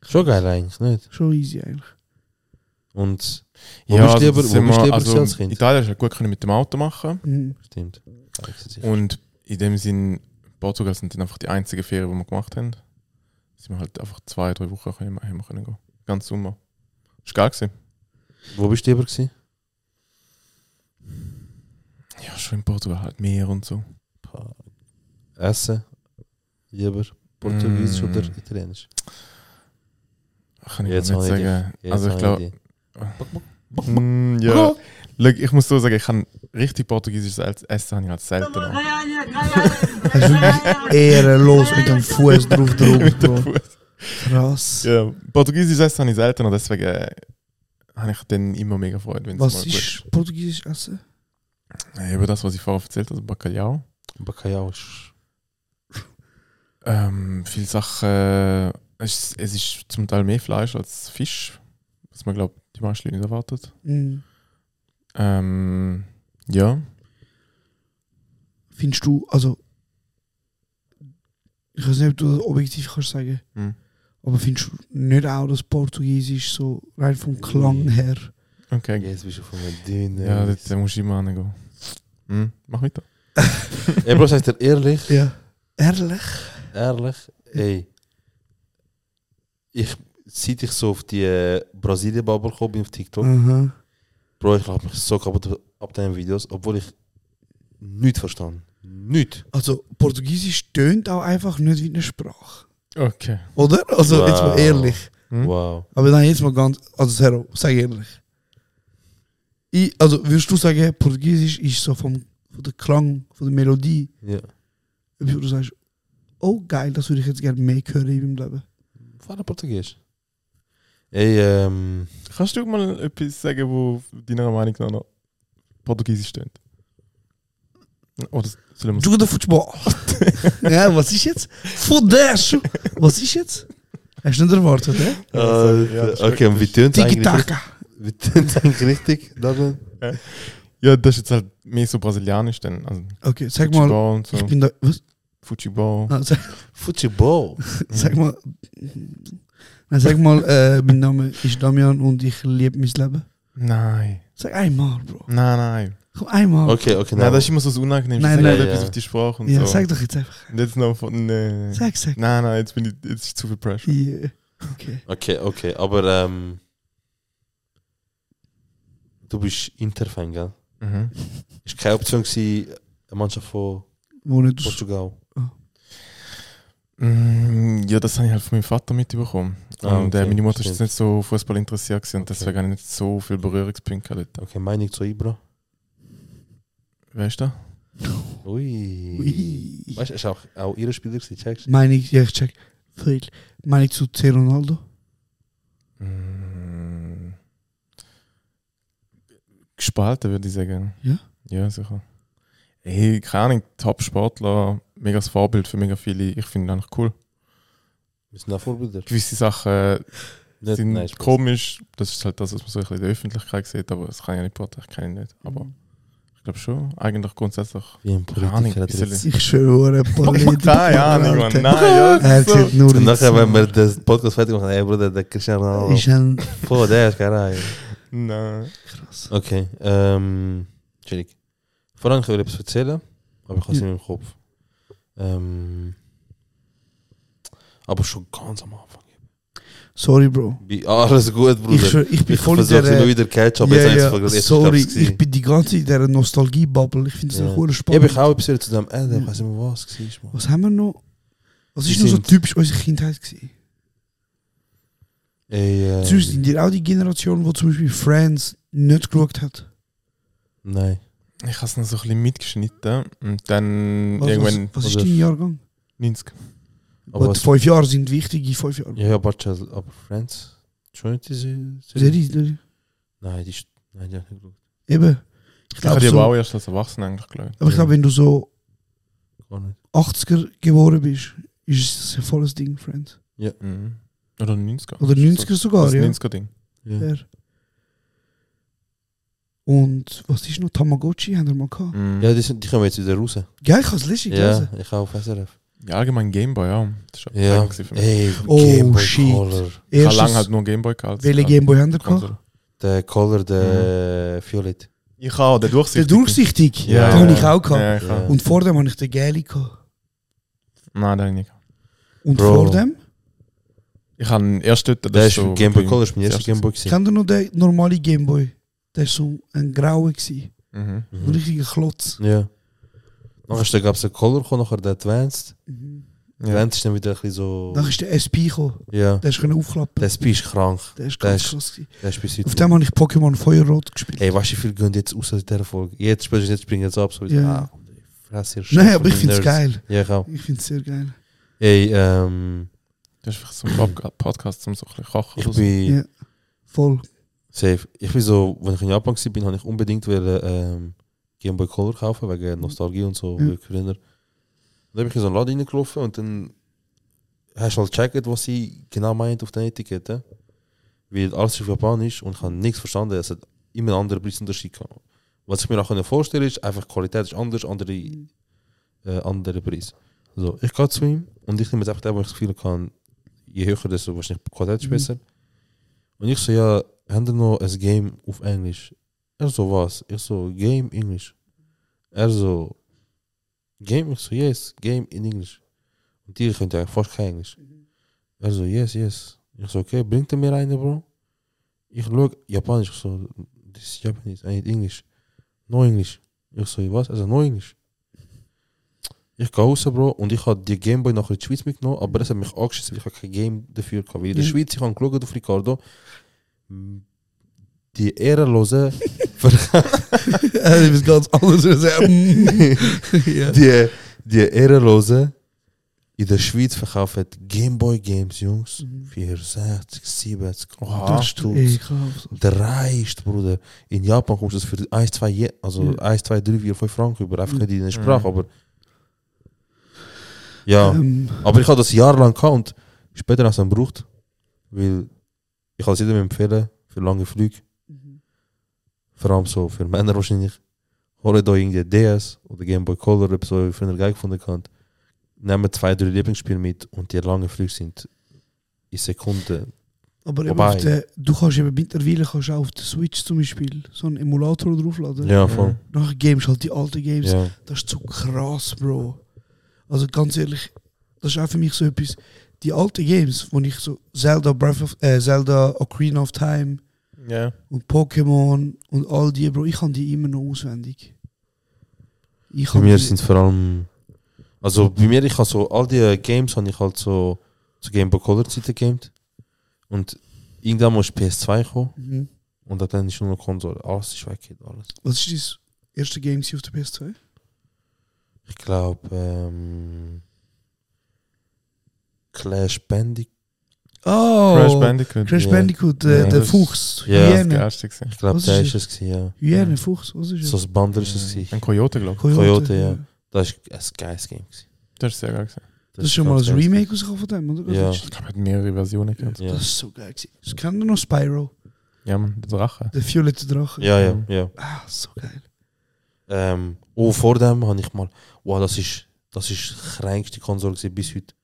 Schon geil eigentlich, nicht? Schon easy eigentlich. Und wo ja, bist du lieber, das sind wo bist du wir- lieber also, als Kind? Italien ist halt gut können mit dem Auto machen. Mhm. Stimmt. Und in dem Sinn, Portugal sind dann einfach die einzigen Ferien, die wir gemacht haben. Sind wir halt einfach zwei, drei Wochen können, haben wir können gehen. Ganz Sommer. Ist geil gewesen. Wo bist du lieber gewesen? Ja, schon in Portugal halt Meer und so. Essen? Lieber Portugiesisch Mm. oder Italienisch? Kann ich Jetzt jetzt nicht habe ich sagen. Jetzt also ich habe glaube, die. Mm, ja. Look, ich muss so sagen, ich kann richtig portugiesisches El- Essen habe ich halt selten. noch. Das ist wirklich ehrenlos mit dem Fuß drauf drauf, Mit dem Bro. Fuß. Krass. Ja, portugiesisches Essen habe ich selten und deswegen äh, habe ich dann immer mega Freude, wenn es Was mal ist portugiesisch Essen? gut ist. Über das, was ich vorher erzählt habe, also Bacalhau. Bacalhau ist Ähm, viele Sachen, äh, es, es ist zum Teil mehr Fleisch als Fisch, was man glaube die meisten Leute nicht erwartet. Mhm. Ähm, ja, Findest du, also. Ich weiß nicht, ob du das objektiv kannst sagen. Mhm. Aber findest du nicht auch, dass Portugiesisch so rein vom Klang her. okay. Jetzt bist du von der Dünne. Ja, da da muss ich immer hingehen. Hm, mach weiter. Ey, Bro, sag dir ehrlich, Ja. Ehrlich? ehrlich, ey. Ich, seit ich so auf die äh, Brasilien-Bubble gekommen bin auf TikTok, Aha. Bro, ich lache mich so kaputt ab deinen Videos, obwohl ich nichts verstanden. Nicht. Also, Portugiesisch tönt auch einfach nicht wie eine Sprache. Okay. Oder? Also, jetzt mal Wow. ehrlich. Hm? Wow. Aber dann jetzt mal ganz, also Zero, sag ehrlich. Ich, also würdest du sagen, Portugiesisch ist so vom, von der Klang, von der Melodie, Ja. wie du sagst, oh geil, das würde ich jetzt gerne mehr hören in meinem Leben. Fala Portugiesisch. Ey, ähm. Kannst du mal etwas sagen, wo deiner Meinung nach noch Portugiesisch steht? Oder sollen wir Joga Football. ja, was ist jetzt? Fodash! Was ist jetzt? Hast du nicht erwartet, hä? Eh, sorry, ja, das ist okay, und wie tönt eigentlich? richtig- Tiki-Taka. Wie tönt eigentlich richtig? Damian? Ja, das ist jetzt halt mehr so brasilianisch dann. Also Okay, sag mal, Futebol und so. ich bin da, was? Futebol. Ah, sag, Futebol. sag mal, nein, sag mal, äh, mein Name ist Damian und ich liebe mein Leben. Nein. Sag einmal, Bro. Nein, nein. Komm einmal. Okay, okay, Nein, das ist immer so das Unangenehmste. Genau. Nein, Sag nein. halt etwas Ja, ja. auf die Sprache und Ja, so. sag doch jetzt einfach. Und jetzt noch von. Nee. Sag, sag. Nein, nein, jetzt bin ich. Jetzt ist zu viel Pressure. Ja. Okay. Okay, okay, aber ähm, du bist Interfan, gell? Mhm. Ist dus- keine Option gewesen, eine Mannschaft von Wo nicht aus- Portugal. Mm, Ja, das habe ich halt von meinem Vater mitbekommen. Ah, und äh, okay, meine Mutter ist jetzt verstehe. nicht so Fußball interessiert gewesen und deswegen habe ich nicht so viel Berührungspunkte gehabt. Okay, Meinung zu Ibra. Weißt du? Ui. Ui. Weißt du, er war auch, auch ihr Spieler, gewesen, checkst du? Meine ich, ja, ich check. Viel. Meine ich zu C. Ronaldo? Mm. Gespalten würde ich sagen. Ja? Ja, sicher. Ey, keine Ahnung, Top-Sportler, mega das Vorbild für mega viele. Ich finde ihn einfach cool. Wir sind auch Vorbilder. Gewisse Sachen äh, Nicht- sind nein, Spaß. komisch. Das ist halt das, was man so ein bisschen in der Öffentlichkeit sieht, aber das kann ja nicht beurteilen, ich kenne ihn nicht. Aber ich glaube schon, eigentlich grundsätzlich. Mhm. Wie ein Keine Ahnung, Politiker. hat er bisschen- jetzt- Ich schwöre, Polizei. Keine Ahnung, Mann. Nein, Ah, ja. Er so. zählt nur Und nachher, Witze. wenn wir den Podcast fertig machen, ey Bruder, der Cristiano Ronaldo. Ist ein. Boah, der ist keine Ahnung. Nou. Nein. Krass. Okay, ähm, Entschuldigung. Vorhin kann ich etwas erzählen, aber ich habe es Ja. nicht im Kopf. Ähm, aber schon ganz am Anfang. Sorry, Bro. Bi- Alles gut, Bruder. Ich, schwör, ich bin voll in versuche der. immer wieder Catch, aber Ja, jetzt ja, habe ich es vergessen. sorry, Jetzt ich bin die ganze Zeit in dieser Nostalgie-Bubble. Ich finde das Ja. yeah. cool Ich spannend. habe ich auch etwas zu dem Ende, ich weiß nicht mehr, was es war. Mann. Was haben wir noch? Was Die ist noch so sind- typisch unsere Kindheit gewesen? Ey, ähm, Sonst sind ihr auch die Generation, die zum Beispiel Friends nicht geschaut hat. Nein. Ich habe es noch so ein bisschen mitgeschnitten und dann Was, irgendwann was, was ist oder- dein Jahrgang? 90. Aber Aber was, fünf Jahre sind wichtige fünf Jahre. ja, ja, Barca, aber Friends. Schon nicht diese Serie, Serie. Nein, die ist. Nein, die habe ich nicht geschaut. Eben. Ich Ich habe glaube, die so, aber auch aber erst als Erwachsener eigentlich geschaut. ich glaube, wenn du so Gar nicht. 80er geboren bist, ist es ein volles Ding, Friends. Mhm. Oder 90er. Oder 90er sogar, Das ja. 90er-Ding. Ja. Fair. Und was ist noch? Tamagotchi haben wir mal gehabt. Mhm. Ja, die, sind, die kommen jetzt wieder raus. Ja, ich habe es letztens gelesen. Ja, ich auch auf SRF. Ja, allgemein Gameboy, ja. Das ist Ja. prägend für mich. Ey, Oh, Game Boy shit. Color. Ich Erstes, habe lange halt nur Gameboy gehabt. welche Ja. Gameboy haben wir gehabt? Konsole. Der Color, der Mhm. Violet. Ich habe den Der Durchsicht. durchsichtig, Ja. den habe ich auch gehabt. Ja, ich Ja. habe. Und vor dem habe ich den gelben gehabt. Nein, den habe ich nicht. gehabt. Und Bro. vor dem, Ich habe erst dort. das Der ist ist so Game Boy bei- Color, ist mein das erster Game Boy. gewesen. kennt ihr noch den normale Gameboy? Der war so ein grauer, gewesen. Mhm. ein richtiger Klotz. Ja. Nachher gab es den Color, gekommen, nachher der Advanced. Mhm. Advanced ist dann wieder ein bisschen so. Dann ist der SP gekommen, Ja. der ist können aufklappen. Der SP ist krank. Der ist der ganz ist- krass. gewesen. Der ist bis Auf heute. dem habe ich Pokémon Feuerrot gespielt. Ey, weißt du, wie viel gehen jetzt aus aus dieser Folge? Jetzt spätestens jetzt springen jetzt ab. So Ja. ah, komm, ey, fress ihr Scheiß Nein, aber von ich den finde es Nerds. geil. Ja, ich auch. Ich finde es sehr geil. Ey, ähm, Das ist vielleicht so ein Pod- Podcast, um so ein bisschen kochen. ich oder so. bin. Ja. Voll. Safe. Ich bin so, wenn ich in Japan gewesen bin, habe ich unbedingt wollen, ähm, Game Boy Color kaufen, wegen Nostalgie und so, Ja. wie früher. Dann habe ich in so einen Laden reingelaufen und dann hast du halt gecheckt, was sie genau meint auf den Etiketten. Weil alles auf Japanisch und ich habe nichts verstanden. Es hat immer einen anderen Preisunterschied gehabt. Was ich mir auch können vorstellen ist, einfach die Qualität ist anders, andere, äh, andere Preis. So, ich gehe zu ihm und ich nehme jetzt einfach den, wo ich das Gefühl kann, je höher, desto wahrscheinlich die Qualität ist besser. Und ich so, ja, haben die noch ein Game auf Englisch? Er so, was? Ich so, Game Englisch. Er so, Game? Ich so, yes, Game in Um Englisch. Und die können ja fast kein Englisch. Er so, yes, yes. Ich so, okay, bringt er mir eine, Bro? Ich schaue Japanisch, ich so, das ist Japanisch, I need Englisch. No Englisch. Ich so, was? Also, no Englisch. Ich gehe raus, Bro, und ich habe die Gameboy nachher in die Schweiz mitgenommen, aber das hat mich angeschissen, weil ich hab kein Game dafür hatte. Weil in der Ja. Schweiz, ich habe geschaut auf Ricardo, die ehrenlose Ver- Das ist ganz anders. ja. die, die ehrenlose in der Schweiz verkaufen Gameboy Games, Jungs. Mhm. 64, 70, Das 80 ist Stutz. ekelhaft. Dreist, Bruder. In Japan dus kommst du das für 1, 2, je, also Ja. 1, 2, 3, 4, 5 Franken über. Einfach nicht in der Sprache, aber. Ja. Ähm, Aber ich habe das jahrelang gehabt und später habe ich es dann gebraucht, weil ich kann es jedem empfehlen, für lange Flüge, vor allem so für Männer wahrscheinlich, holt euch irgendwie DS oder Game Boy Color, ob ihr früher geil gefunden habt, nehmt zwei, drei Lieblingsspiele mit und die langen Flüge sind in Sekunden. Aber eben Wobei- auf der, du kannst eben mittlerweile kannst du auch auf der Switch zum Beispiel so einen Emulator draufladen. Ja, voll. Nachher games halt die alten Games. Ja. Das ist zu krass, Bro. Also ganz ehrlich, das ist auch für mich so etwas. Die alten Games, wo ich so Zelda, Breath of, äh, Zelda Ocarina of Time Ja. und Pokémon und all die, Bro, ich kann die immer noch auswendig. Ich Bei kann mir die- sind es vor allem Also bei mir, ich habe so all die Games habe ich halt so zu Game Boy Color Zeiten gamed. Und irgendwann muss PS2 kommen. Mhm. Und dann ist nur noch Konsole. Ah, Alles ist weg, alles. Was ist dein erste Game gewesen auf der PS2? Ich glaube, ähm, Clash Bandic. Oh! Crash Bandicoot. Crash Ja. Bandicoot, der, Ja, der das- Fuchs. Ja. Das Hyäne. Geilste gewesen. Ich glaube, Was der ist ist es gewesen, Hyäne, Fuchs, was ja. ist So das? ein Bundle ist es gewesen. Ein Coyote, glaube ich. Coyote, ja. Das war ein geiles Game. Gewesen. Das ist sehr geil gewesen. Das ist schon mal ganz ein geiles Remake rausgekommen von dem, oder? Ja. Ich glaube, er hat mehrere Versionen gehabt. Game. Ja. Das ist so geil gewesen. Das kennt ihr noch Spyro, Ja, Mann, der Drache. der violette Drache. ja, ja, ja. Ah, so geil. Ähm, oh, vor dem habe ich mal, wow, das ist, das ist die kränkste Konsole gewesen bis heute.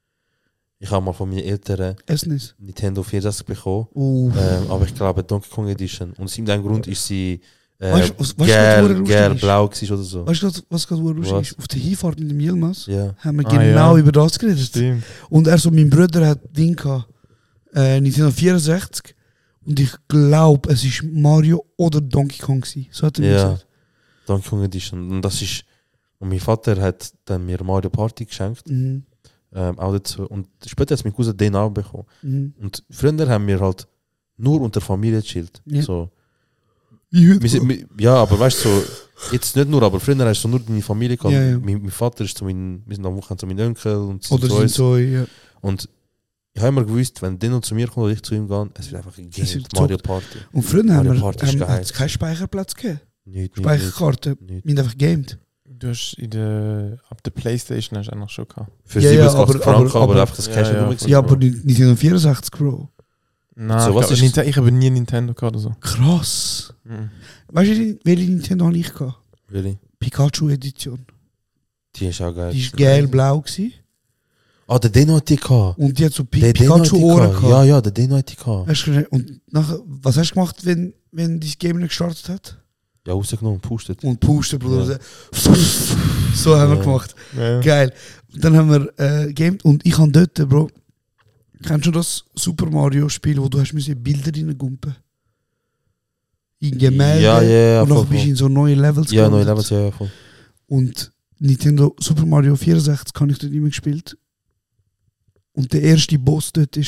Ich habe mal von meinen Eltern Essnis. Nintendo 64 bekommen, Oh. ähm, aber ich glaube Donkey Kong Edition. Und aus irgendeinem Grund ist sie äh, Weißt du, was- weißt du, was gel- verdammt gel- lustig ist? blau gewesen oder so. Weißt du, was- was gerade lustig ist? Auf der Hinfahrt mit dem Yilmaz Ja. haben wir Ah, ja. genau über das geredet. Stimmt. Und er so, mein Bruder hat Ding gehabt, äh, Nintendo 64. Und ich glaube, es ist Mario oder Donkey Kong gewesen. So hat er mir Ja. gesagt. Donkey Kong Edition. Und das ist, und mein Vater hat dann mir Mario Party geschenkt, Mhm. ähm, auch dazu. Und später hat mein Cousin den auch bekommen. Mhm. Und Freunde haben wir halt nur unter Familie gechillt. Ja. So. Wie heute. Wir sind, wir, ja, aber weißt du, so, jetzt nicht nur, aber früher hast du nur deine Familie gehabt. Ja, ja. Mein, mein Vater ist zu meinen, wir sind am Wochenende zu meinem Onkel und zu oder sind uns. so, ja. Und ich habe immer gewusst, wenn der noch zu mir kommt oder ich zu ihm gehe, es wird einfach ein Game, wird Mario Party. Und früher haben wir Mario Party ist haben, geil. hat's keinen Speicherplatz gegeben. Nicht, nicht, nicht, Speicherkarte. nicht. Wir haben einfach gamed. Du hast in der, ab der Playstation hast du einfach schon gehabt. Für Ja, ja, 87 aber- Franken, aber, aber- aber- einfach das Ja, Cash ja, ja, voll. Ja, aber nicht- Nintendo 64, Bro. Nein, So, ich, was glaub, ist- Ninte- ich habe nie Nintendo gehabt oder so. Krass. Mhm. Weißt du, welche Nintendo habe ich gehabt? Really? Pikachu Edition. Die ist auch geil. Die war gelb-blau. gewesen. Ah, der Deno hat die gehabt. Und die hat so Pi- Der Deno hat die Pikachu-Ohren gehabt. gehabt. Ja, ja, der Deno hat die gehabt. Hast du gesagt, und nachher, was hast du gemacht, wenn, wenn dein Game nicht gestartet hat? Ja, rausgenommen, pustet. Und pusten, Ja. Bruder. So haben wir Ja. gemacht. Geil. Und dann haben wir äh, gamed und ich habe dort, Bro, kennst du das Super Mario-Spiel, wo du hast müssen Bilder reingumpen In Gemälde. Ja, ja, ja, und voll, nachher bist du voll. in so neue Levels Ja, neue gelandet. Levels, ja, ja, voll. Und Nintendo Super Mario 64 habe ich dort immer gespielt. Und der erste Boss dort war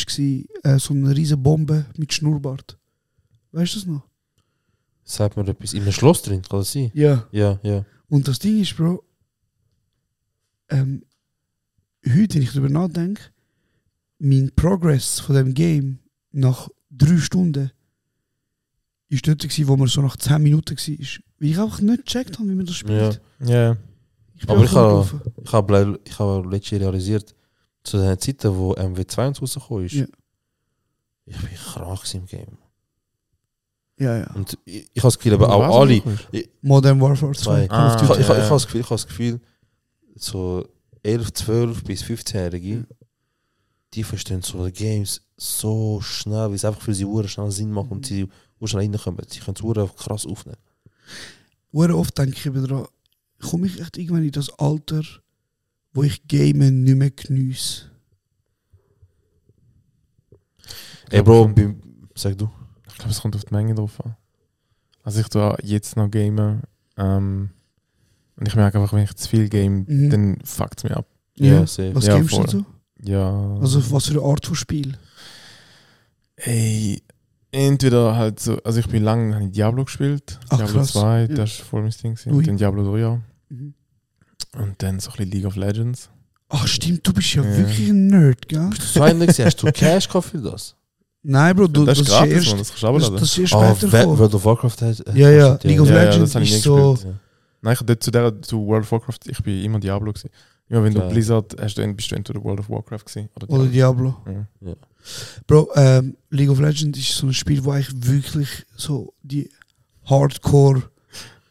äh, so eine riesige Bombe mit Schnurrbart. Weißt du das noch? Sagt mir etwas. In einem Schloss drin, kann das sein? Ja. Ja, ja. Und das Ding ist, Bro, ähm, heute, wenn ich darüber nachdenke, mein Progress von dem Game nach drei Stunden ist dort, gewesen, wo man so nach 10 Minuten war. Weil ich einfach nicht gecheckt habe, wie man Ja. das spielt. Ja, bin Aber ich einfach habe rumgelaufen. ich hab, le- ich hab letztes Jahr realisiert, zu den Zeiten, wo MW2 rausgekommen ist, Ja. ich bin krank gewesen im Game. Ja, ja. Und ich, ich habe das Gefühl, aber auch Was alle. Ich, du machst? Modern Warfare 2. Zwei. Call of Ah, Duty. ich, ich, ja, hab- ich ja. habe das Gefühl, ich hab das Gefühl, so 11, 12 bis Mhm. 15-Jährige, die verstehen so Games so schnell, weil es einfach für sie hure schnell Sinn macht Mhm. und sie hure schnell reinkommen. Sie können es hure krass aufnehmen. Sehr oft denke ich eben daran, komme ich echt irgendwann in das Alter, wo ich Gamen nicht mehr geniesse? Ey, Bro, beim- sag du. Ich glaube, es kommt auf die Menge drauf an. Also ich tue auch jetzt noch gamen. Ähm, und ich merke einfach, wenn ich zu viel game, Mhm. dann fuckt es mich ab. Ja, safe. Was Ja, gamest du voll. so? Ja. Also was für eine Art von Spiel? Ey, entweder halt so, also ich bin lange habe ich Diablo gespielt. Ach, Diablo krass. 2, Ja. das ist voll mein Ding. gewesen. Ui. Dann Diablo 3 auch. Mhm. Und dann so ein bisschen League of Legends. Ach stimmt, du bist ja, Ja. wirklich ein Nerd, gell? Bist du so einer gewesen? Hast du Cash gehabt für das? Nein, Bro, du, das ist ja gratis, erst, man, das kannst du das, abladen. das ist erst Ah, später Wa- gekommen. World of Warcraft hat. hat- Ja, ja, hat- League of Ja, ja, Legends das habe ich ist nie so... gespielt. Nein, ich hab zu der zu World of Warcraft, ich bin immer Diablo gewesen. Immer wenn Klar. du Blizzard hast, dann bist du entweder World of Warcraft gewesen oder Oder Diablo. Mhm. Ja. Bro, ähm, League of Legends ist so ein Spiel, wo eigentlich wirklich so die Hardcore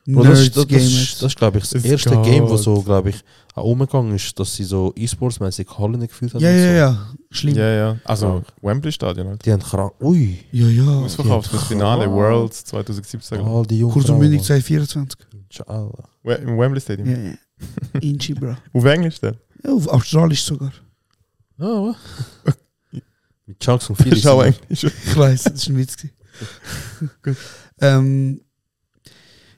Bro, das, ist- das, Nerds das, ist- gamen. das ist, glaube ich, das Es erste geht. Game, wo so, glaube ich, auch umgegangen ist, dass sie so E-Sports-mäßig Hallen gefühlt haben. Ja, und ja, so. ja. Schlimm. Ja, ja. Also Ja. Wembley Stadion halt. Die haben krank. Ui, Ja, ja. Ausverkauft fürs Finale Krass. Worlds 2017. glaub all Oh, die Jungen. Kurz und mündig 224. Inshallah. ich. We- Im Wembley Stadium. Ja, ja. Inchi, bro. Auf Englisch dann. Ja, auf Australisch sogar. Ah, wa? Mit Chunks und Felix. Ist auch Englisch. Ich weiß, das ist ein Witz. gewesen. Gut. ähm,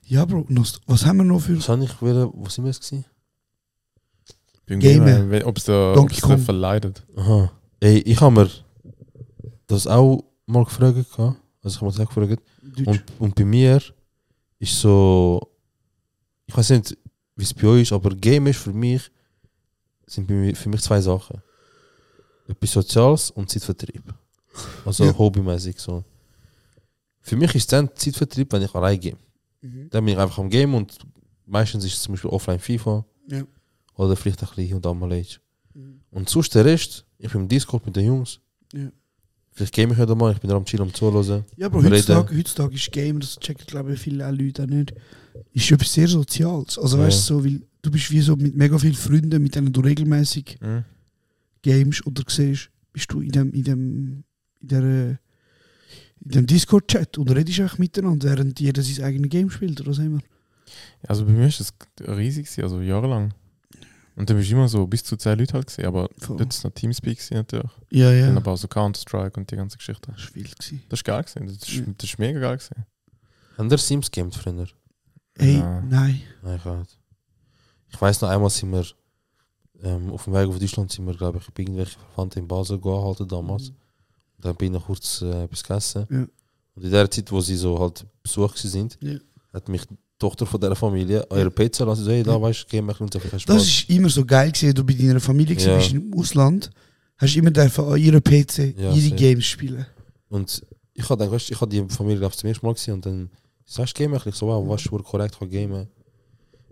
ja, Bro, Nost- was haben wir noch für. Was hab ich wieder, wo sind wir jetzt gewesen? Gamer. Ob es da Donkey ob's da Kong. verleidet. Aha. Ey, ich habe mir das auch mal gefragt. gehabt. Also ich habe mir das auch gefragt. Und, und bei mir ist so. Ich weiß nicht, wie es bei euch ist, aber Game ist für mich sind bei mir, für mich zwei Sachen. Etwas Soziales und Zeitvertrieb. Also Ja. hobbymäßig so. Für mich ist dann Zeitvertrieb, wenn ich allein game. Mhm. Dann bin ich einfach am Game und meistens ist es zum Beispiel offline FIFA. Ja. Oder vielleicht ein bisschen hier und da mal Age. Mhm. Und sonst der Rest, ich bin im Discord mit den Jungs. Ja. Vielleicht game ich heute mal, ich bin da am Chillen, am Zuhören. Ja, aber Reden. heutzutage, heutzutage ist Game, das checken glaube ich viele auch Leute auch nicht, ist etwas sehr Soziales. Also Ja. weißt du, so, weil du bist wie so mit mega vielen Freunden, mit denen du regelmäßig Mhm. games oder siehst, bist du in dem, in dem, in der, äh, in dem Discord-Chat und redest einfach miteinander, während jeder sein eigenes Game spielt oder was auch immer. Also bei mir ist das riesig, gewesen, also jahrelang. Und dann bist du immer so bis zu zwei Leute halt gesehen, aber Voll. dort ist noch Teamspeak gewesen, natürlich. Ja, Dann ja. aber auch so Counter-Strike und die ganze Geschichte. Das war wild. gewesen. Das ist geil gewesen. Das ist, Mhm. das ist mega geil gewesen. Haben der Sims gamed früher? Ey, Ja. nein. Nein, ich nicht. Ich weiß noch einmal sind wir ähm, auf dem Weg auf Deutschland sind wir, glaube ich, bei irgendwelchen Verwandten in Basel gehalten damals. Dann bin ich noch kurz äh, etwas gegessen. Mm. Ja. Und in der Zeit, wo sie so halt Besuch gewesen sind, Ja. hat mich die Tochter von dieser Familie eh, an ihre Pizza lassen. So, hey, da Ja. weißt du, geh mal ein bisschen Spaß. Das ist immer so geil gewesen, du bei deiner Familie gewesen Ja. bist im Ausland, hast immer dürfen an ihrem PC Ja, ihre safe. Games spielen. Und ich habe gedacht, weißt, du, ich habe die Familie glaub, ich, zum ersten Mal gesehen und dann sagst du, game ich so, wow, weißt du, wo korrekt kann gamen.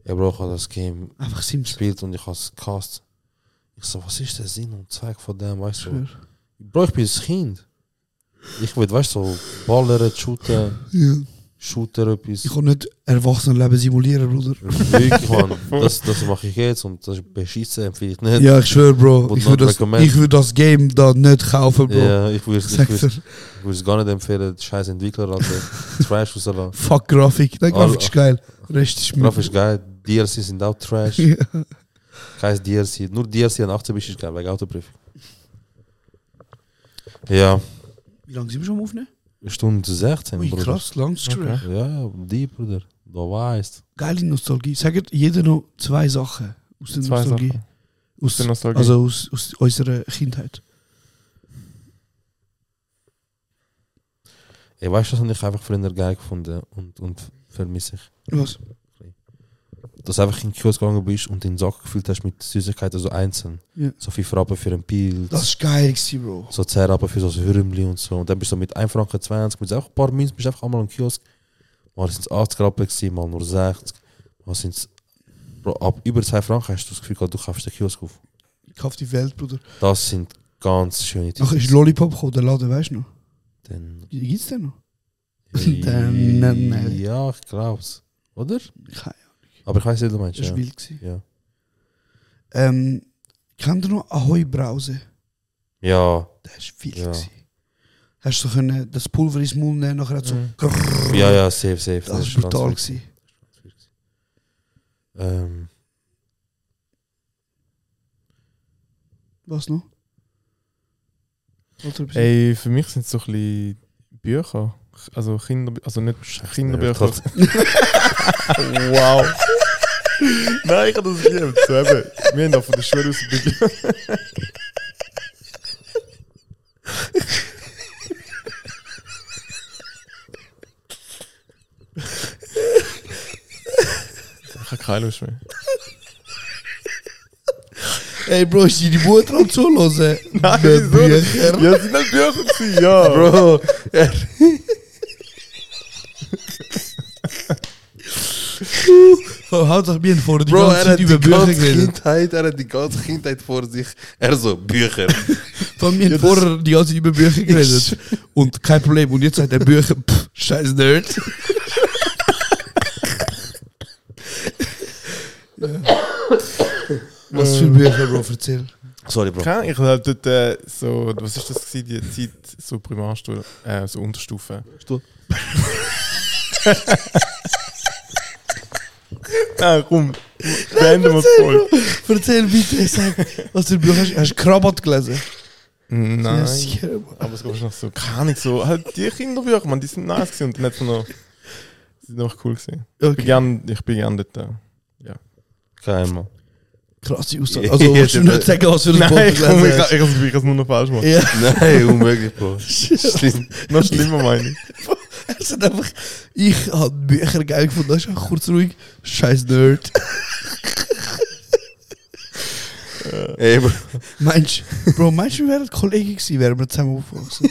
Ja, Bro, ich habe das Game Einfach Sims. gespielt und ich habe es gecast. Ich so, was ist der Sinn und Zweck von dem, weißt du? Schwör. Bro, ich bin ein Kind. Ich will, weißt du, so ballern, shooten, Ja. shooter etwas. Ich kann nicht Erwachsenenleben simulieren, Bruder. Wirklich, Mann, das, das mache ich jetzt und das beschissen empfehle ich nicht. Ja, ich schwöre, Bro. Would Ich not würde das, recommend. ich würd das Game da nicht kaufen, Bro. Ja, ich würde Sag dir, es gar nicht empfehlen, scheiß Entwickler, Alter. Trash rauslassen. fuck Grafik. Oh, Nein, Grafik ist geil. Rest ist Graf ist geil, DLC sind auch Trash. Ja. Kein DLC, nur DLC an 18 bist ist geil, wegen Autoprüfung. Ja, Wie lange sind wir schon am Aufnehmen? Stunde 16, Ui, Bruder. krass, langes Gespräch. Ja, die, Bruder, du weißt. Geile Nostalgie. Sagt jeder noch zwei Sachen aus der Zwei Nostalgie. Sachen. Aus, der Nostalgie. Also aus, aus unserer Kindheit. Ey, weißt du, das habe ich einfach früher geil gefunden und, und vermisse ich. Was? Dass du einfach in den Kiosk gegangen bist und den Sack gefüllt hast mit Süßigkeiten, so einzeln. Ja. So viel Rappen für einen Pilz, Das ist geil, gewesen, Bro. so 10 Rappen für so ein Würmli und so. Und dann bist du mit 1 Franken 20, mit auch ein paar Münzen, bist du einfach einmal im Kiosk. Mal sind es 80 Rappen gewesen, mal nur 60. Mal sind es. Bro, ab über 2 Franken hast du das Gefühl, gehabt, du kaufst den Kiosk auf. Ich kauf die Welt, Bruder. Das sind ganz schöne Ach, ist Lollipop gekommen, der Laden, weißt du noch? Dann, Gibt's den noch? Dann- nein, nein. Ja, ich glaub's. Oder? Keine Ahnung. Aber ich weiß nicht, was du meinst. Das Ja. war wild. gewesen. Ja. Ähm, kennt ihr noch Ahoi Brause? ja. Das ist wild. Ja. gewesen. Hast du so können, das Pulver ins Mund nehmen, nachher hat so Mhm. grrrr, Ja, ja, safe, safe. Das ist war brutal. ganz gewesen. wild. Ähm, Was noch? Wollt ihr etwas sagen? Ey, für mich sind es so ein bisschen Bücher. Also Kinder, also nicht Kinderbücher. Nerd. wow. Nein, ich habe das geliebt. So, eben, wir haben da von der Schule aus Bücher. Ich habe keine Lust mehr. Ey, Bro, ist deine Mutter am Zuhören? Nein, wieso? Ja, es sind nicht Bücher gewesen, ja. Bro, Oh, Hauptsache, wir haben vorher die Bro, ganze er hat Zeit die über Bücher ganze geredet. Kindheit, er hat die ganze Kindheit vor sich. Er so, Bücher. Vor allem, wir haben Ja, das- vorher die ganze Zeit über Bücher geredet. Und kein Problem. Und jetzt sagt er Bücher, pff, scheiß Nerd. ja. Was für Bücher, Bro, erzähl. Sorry, Bro. Keine Ahnung, ich hab dort äh, so, was ist das gewesen, die Zeit, so Primarstufe, äh, so Unterstufe. Stu- Nein, Ah, komm, beenden wir es voll. Erzähl bitte, sag, was für Bücher hast du? Hast du Krabat gelesen? Ja, Nein, sicher, Bro. aber es gab noch so, keine Ahnung, so, halt die Kinderbücher, man, die sind nice gewesen und dann hat's noch, die sind noch cool gewesen. Ich bin Okay. gern, ich bin gern dort, äh, Kein Mann. krasse Aussage. Also, willst du Jeder- nicht sagen, was für ein Nein, Buch ich, komm, ich, gelesen hast? ich, ich, ich, kann es nur noch falsch machen. Ja, Nein, unmöglich, Bro. Schlimm. Noch schlimmer meine ich. es sind einfach... Ich habe Bücher geil gefunden. Das ist einfach kurz ruhig. Scheiß Nerd. Ey, Bro. Meinst du, Bro, meinst du, wir wären Kollegen gewesen, wären wir zusammen aufgewachsen?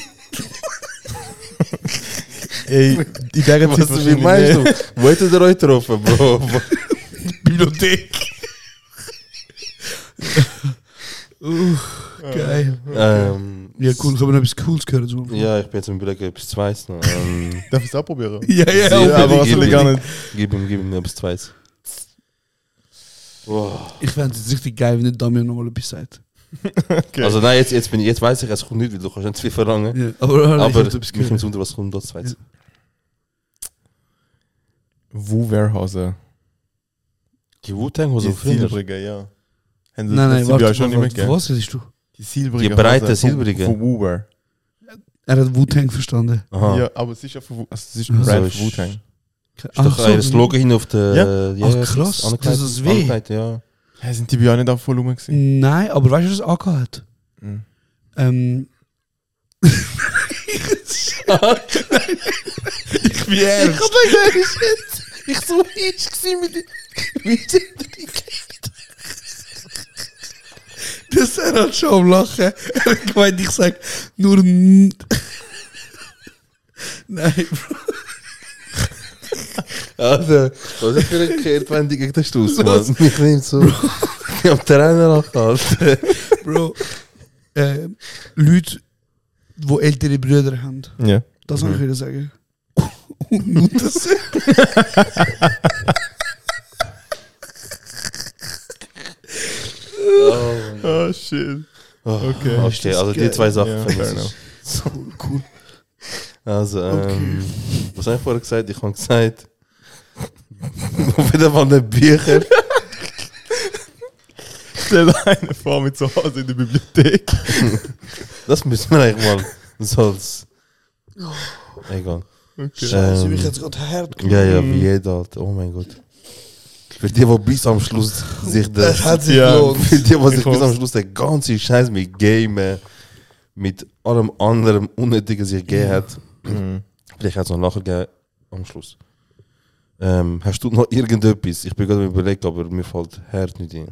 Ey, in dieser Zeit Was wie meinst du? Wo hättet ihr euch getroffen, Bro? Bibliothek. Uff, geil. ähm, Ja, cool, können wir noch etwas Cooles hören? So. Ja, ich bin jetzt im Überlegen, ob es zweites noch. Ähm, Darf ich es abprobieren? Ja, ja, Ja, unbedingt. aber was will ich gar nicht. gib ihm, gib ihm noch etwas zweites. Boah. Ich fände es jetzt richtig geil, wenn der Damian nochmal etwas sagt. Okay. Also nein, jetzt, jetzt, bin ich, jetzt weiß ich, es kommt nicht, weil du kannst nicht zu viel verlangen. Ja, aber ich Aber hab mich etwas gehört. nimmt wunder, was kommt als zweites. Wu Warehouser. Die Wu-Tang-Hose von früher. silbrige, ja. Haben sie- das Nein, nein, sind warte, ja schon nicht mehr warte, gegeben. was redest du? Die silbrige. Die breite Hose von- silbrige. Von Wu-Wear. Er hat Wu-Tang verstanden. Aha. Ja, aber es ist ja von Wu- also es ist ein Brand Also von ist- Wu-Tang. Ist er doch ein Slogan hin auf der... Ja. Ach, krass, das ist weh. Angekleidet, ja. Hä, sind die bei euch nicht auf Volumen gewesen? Nein, aber weißt du, was es angehört hat? Mhm. Ähm. ich bin ernst. Ich hab euch geschätzt. Ich so hitsch gewesen mit dem. Das er hat schon am Lachen. Er hat gemeint, ich sag nur. n- Nein, Bro. Alter, was ist für ein Kehrtwende gegen den Stuss, Mann? Mich nimmt so... Ich hab den Trainer angehalten. Bro. Ähm, Leute, die ältere Brüder haben. Ja. Das kann ich wieder sagen. Und nun das. Oh, shit. Okay. Okay, also die geil. zwei Sachen Ja, fair vermisse ich. enough. Cool, cool. Also, ähm, was habe ich vorher gesagt? Ich habe gesagt, auf jeden Fall den Bücher. Stell eine vor mit zu Hause in der Bibliothek. Das müssen wir eigentlich mal so als. Egal. Scheiße, Ähm, mich jetzt gerade hart Ja, ja, Mhm. wie jeder halt. Oh mein Gott. Für die, die bis am Schluss sich der. Das hat sich Ja. gelohnt. Für die, die sich Ich bis am hoff's. Schluss der ganze Scheiß mit Gamen, mit allem anderen Unnötigen sich gegeben hat. Vielleicht hat es noch nachher gegeben am Schluss. Ähm, hast du noch irgendetwas? Ich bin gerade am überlegen, aber mir fällt hart nicht ein.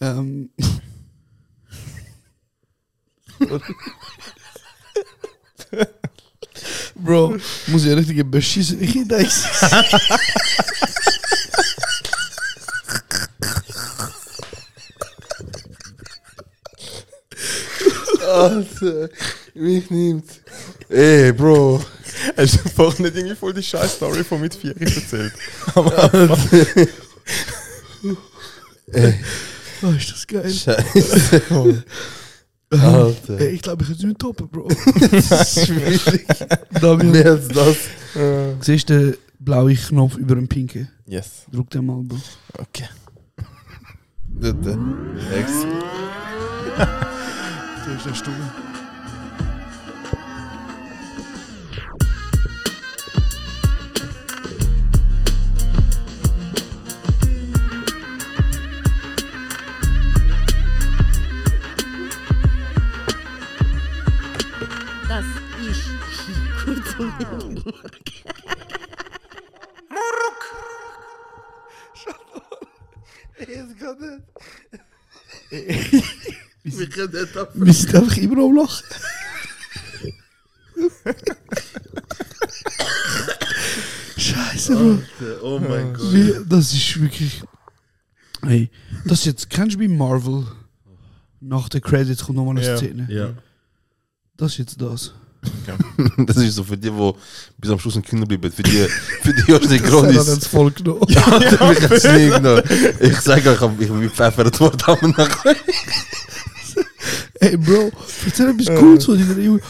Ähm, Bro, muss ich richtig beschissen? Ich hätte eigentlich- Alter, mich nimmt. Ey, Bro. Hast du vorhin nicht irgendwie voll die scheiß Story von mit vier erzählt? Oh, ist das geil. Scheiße. Alter. Ey, ich glaube, ich hätte nicht toppen, Bro. Das ist schwierig. Damian, Mehr als das. siehst du den blauen Knopf über dem pinken? Yes. Drück den mal, Bro. Okay. Bitte. Ex. Du hast eine Stimme. Das ich. Kurz und Mundgeruch. Wir sind einfach immer am Lachen. Scheiße, Bro. Ah. Oh mein Gott. Wie, das ist wirklich. Ey, das jetzt, kennst du bei Marvel? Nach den Credits kommt nochmal eine Ja. Szene. Ja. Das ist jetzt das. Das ist so für die, die bis am Schluss ein Kinder bleiben. Für die, für die hast du nicht Das hat Gronis. jetzt voll genommen. Alter, mich hat's nie genommen. Ich sage euch, ich bin pfeffert worden am Nachhinein. Ey, Bro, erzähl etwas Eh. Cooles von dieser Junge.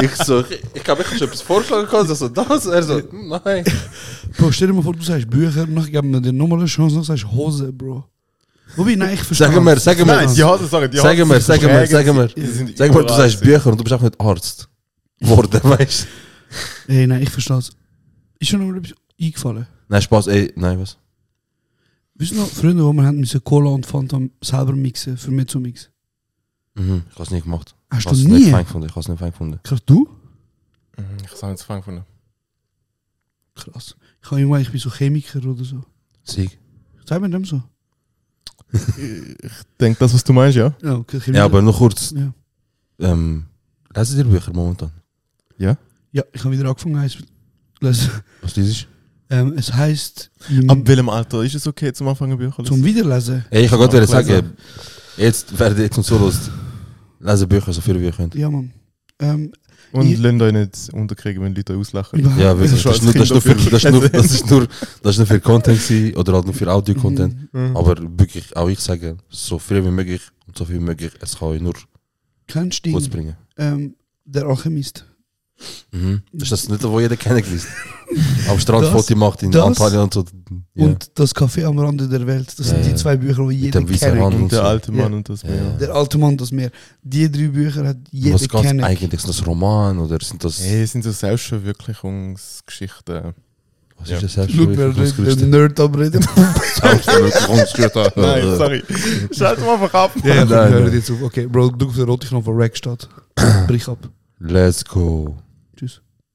Ich so, ich- ich glaube, ich habe schon etwas vorschlagen können. Also das, er so, hm, nein. Bro, stell dir mal vor, du sagst Bücher, und dann geben wir dir nochmal eine Chance, dann sagst du Hose, Bro. Wobei, nein, ich verstehe. Sagen wir, sagen Nein, die wir. Hose, sorry, die Hose. Sagen wir, sagen wir, sagen wir. Die sind Sag mal, du überall sagst gewesen. Bücher und du bist auch nicht Arzt. Worden, weißt du? Ey, nein, ich verstehe es. Ist schon noch mal etwas eingefallen. Nein, Spaß, ey, nein, was? Weißt du noch, Freunde, wo wir haben, müssen Cola und Fanta selber mixen, für mich zu mixen? Mhm, ich habe es nie gemacht. Hast ich hab's du nie? Nicht fein gefunden. Ich habe es nicht fein gefunden. Krass, du? Mhm, Ich habe es fein gefunden. Krass. Ich habe irgendwann, ich bin so Chemiker oder so. Sieg. Sag mir dem so. Ich denke, das, was du meinst, ja? Ja, okay, Chemiker. Ja, aber noch kurz. Ja. Ähm, lesen dir Bücher momentan? Ja, ich habe wieder angefangen, heißt. lesen. Was liest du? Ähm, es heißt. Ab welchem Alter ist es okay, zum Anfang ein Bücher zu Zum lesen? Wiederlesen. Ey, ich kann gerade Ach, lesen. sagen, jetzt werdet ihr zum Zuhörst. Lesen Bücher, so viel wie ihr könnt. Ja, Mann. Ähm, Und Ich- lasst euch nicht unterkriegen, wenn Leute auslachen. überhaupt. Ja, wirklich. schon Das ist nur, als das ist nur, für, Kind das ist nur, das ist nur, das ist nur für Content gewesen, oder halt nur für Audio-Content. Mhm. Aber wirklich, auch ich sage, so viel wie möglich und so viel wie möglich, es kann euch nur Kennst du gut den, bringen. ähm, Der Alchemist? Mhm. Das ist das nicht, wo jeder kennengelernt Am Strand Das- Foto macht in das- Antalya und so. Ja. Und Das Café am Rande der Welt. Das Ja, sind die ja. zwei Bücher, die Mit jeder dem weißen kennt. Rand. Und der so. alte Mann Ja. und das Ja. Meer. Der alte Mann, das Meer. Die drei Bücher hat jeder was ganz kennt. eigentlich? Sind das Roman oder sind das. Hey, es sind so Selbstverwirklichungsgeschichten. Was Ja. ist das selbst? Schau, wer den Nerd abreden. Nein, sorry. Schalt mal einfach ab. ja, ja, komm, Nein, wir hören nein. jetzt auf. Okay, Bro, drück auf den roten Knopf, der Rack steht. Brich ab. Let's go. Tschüss.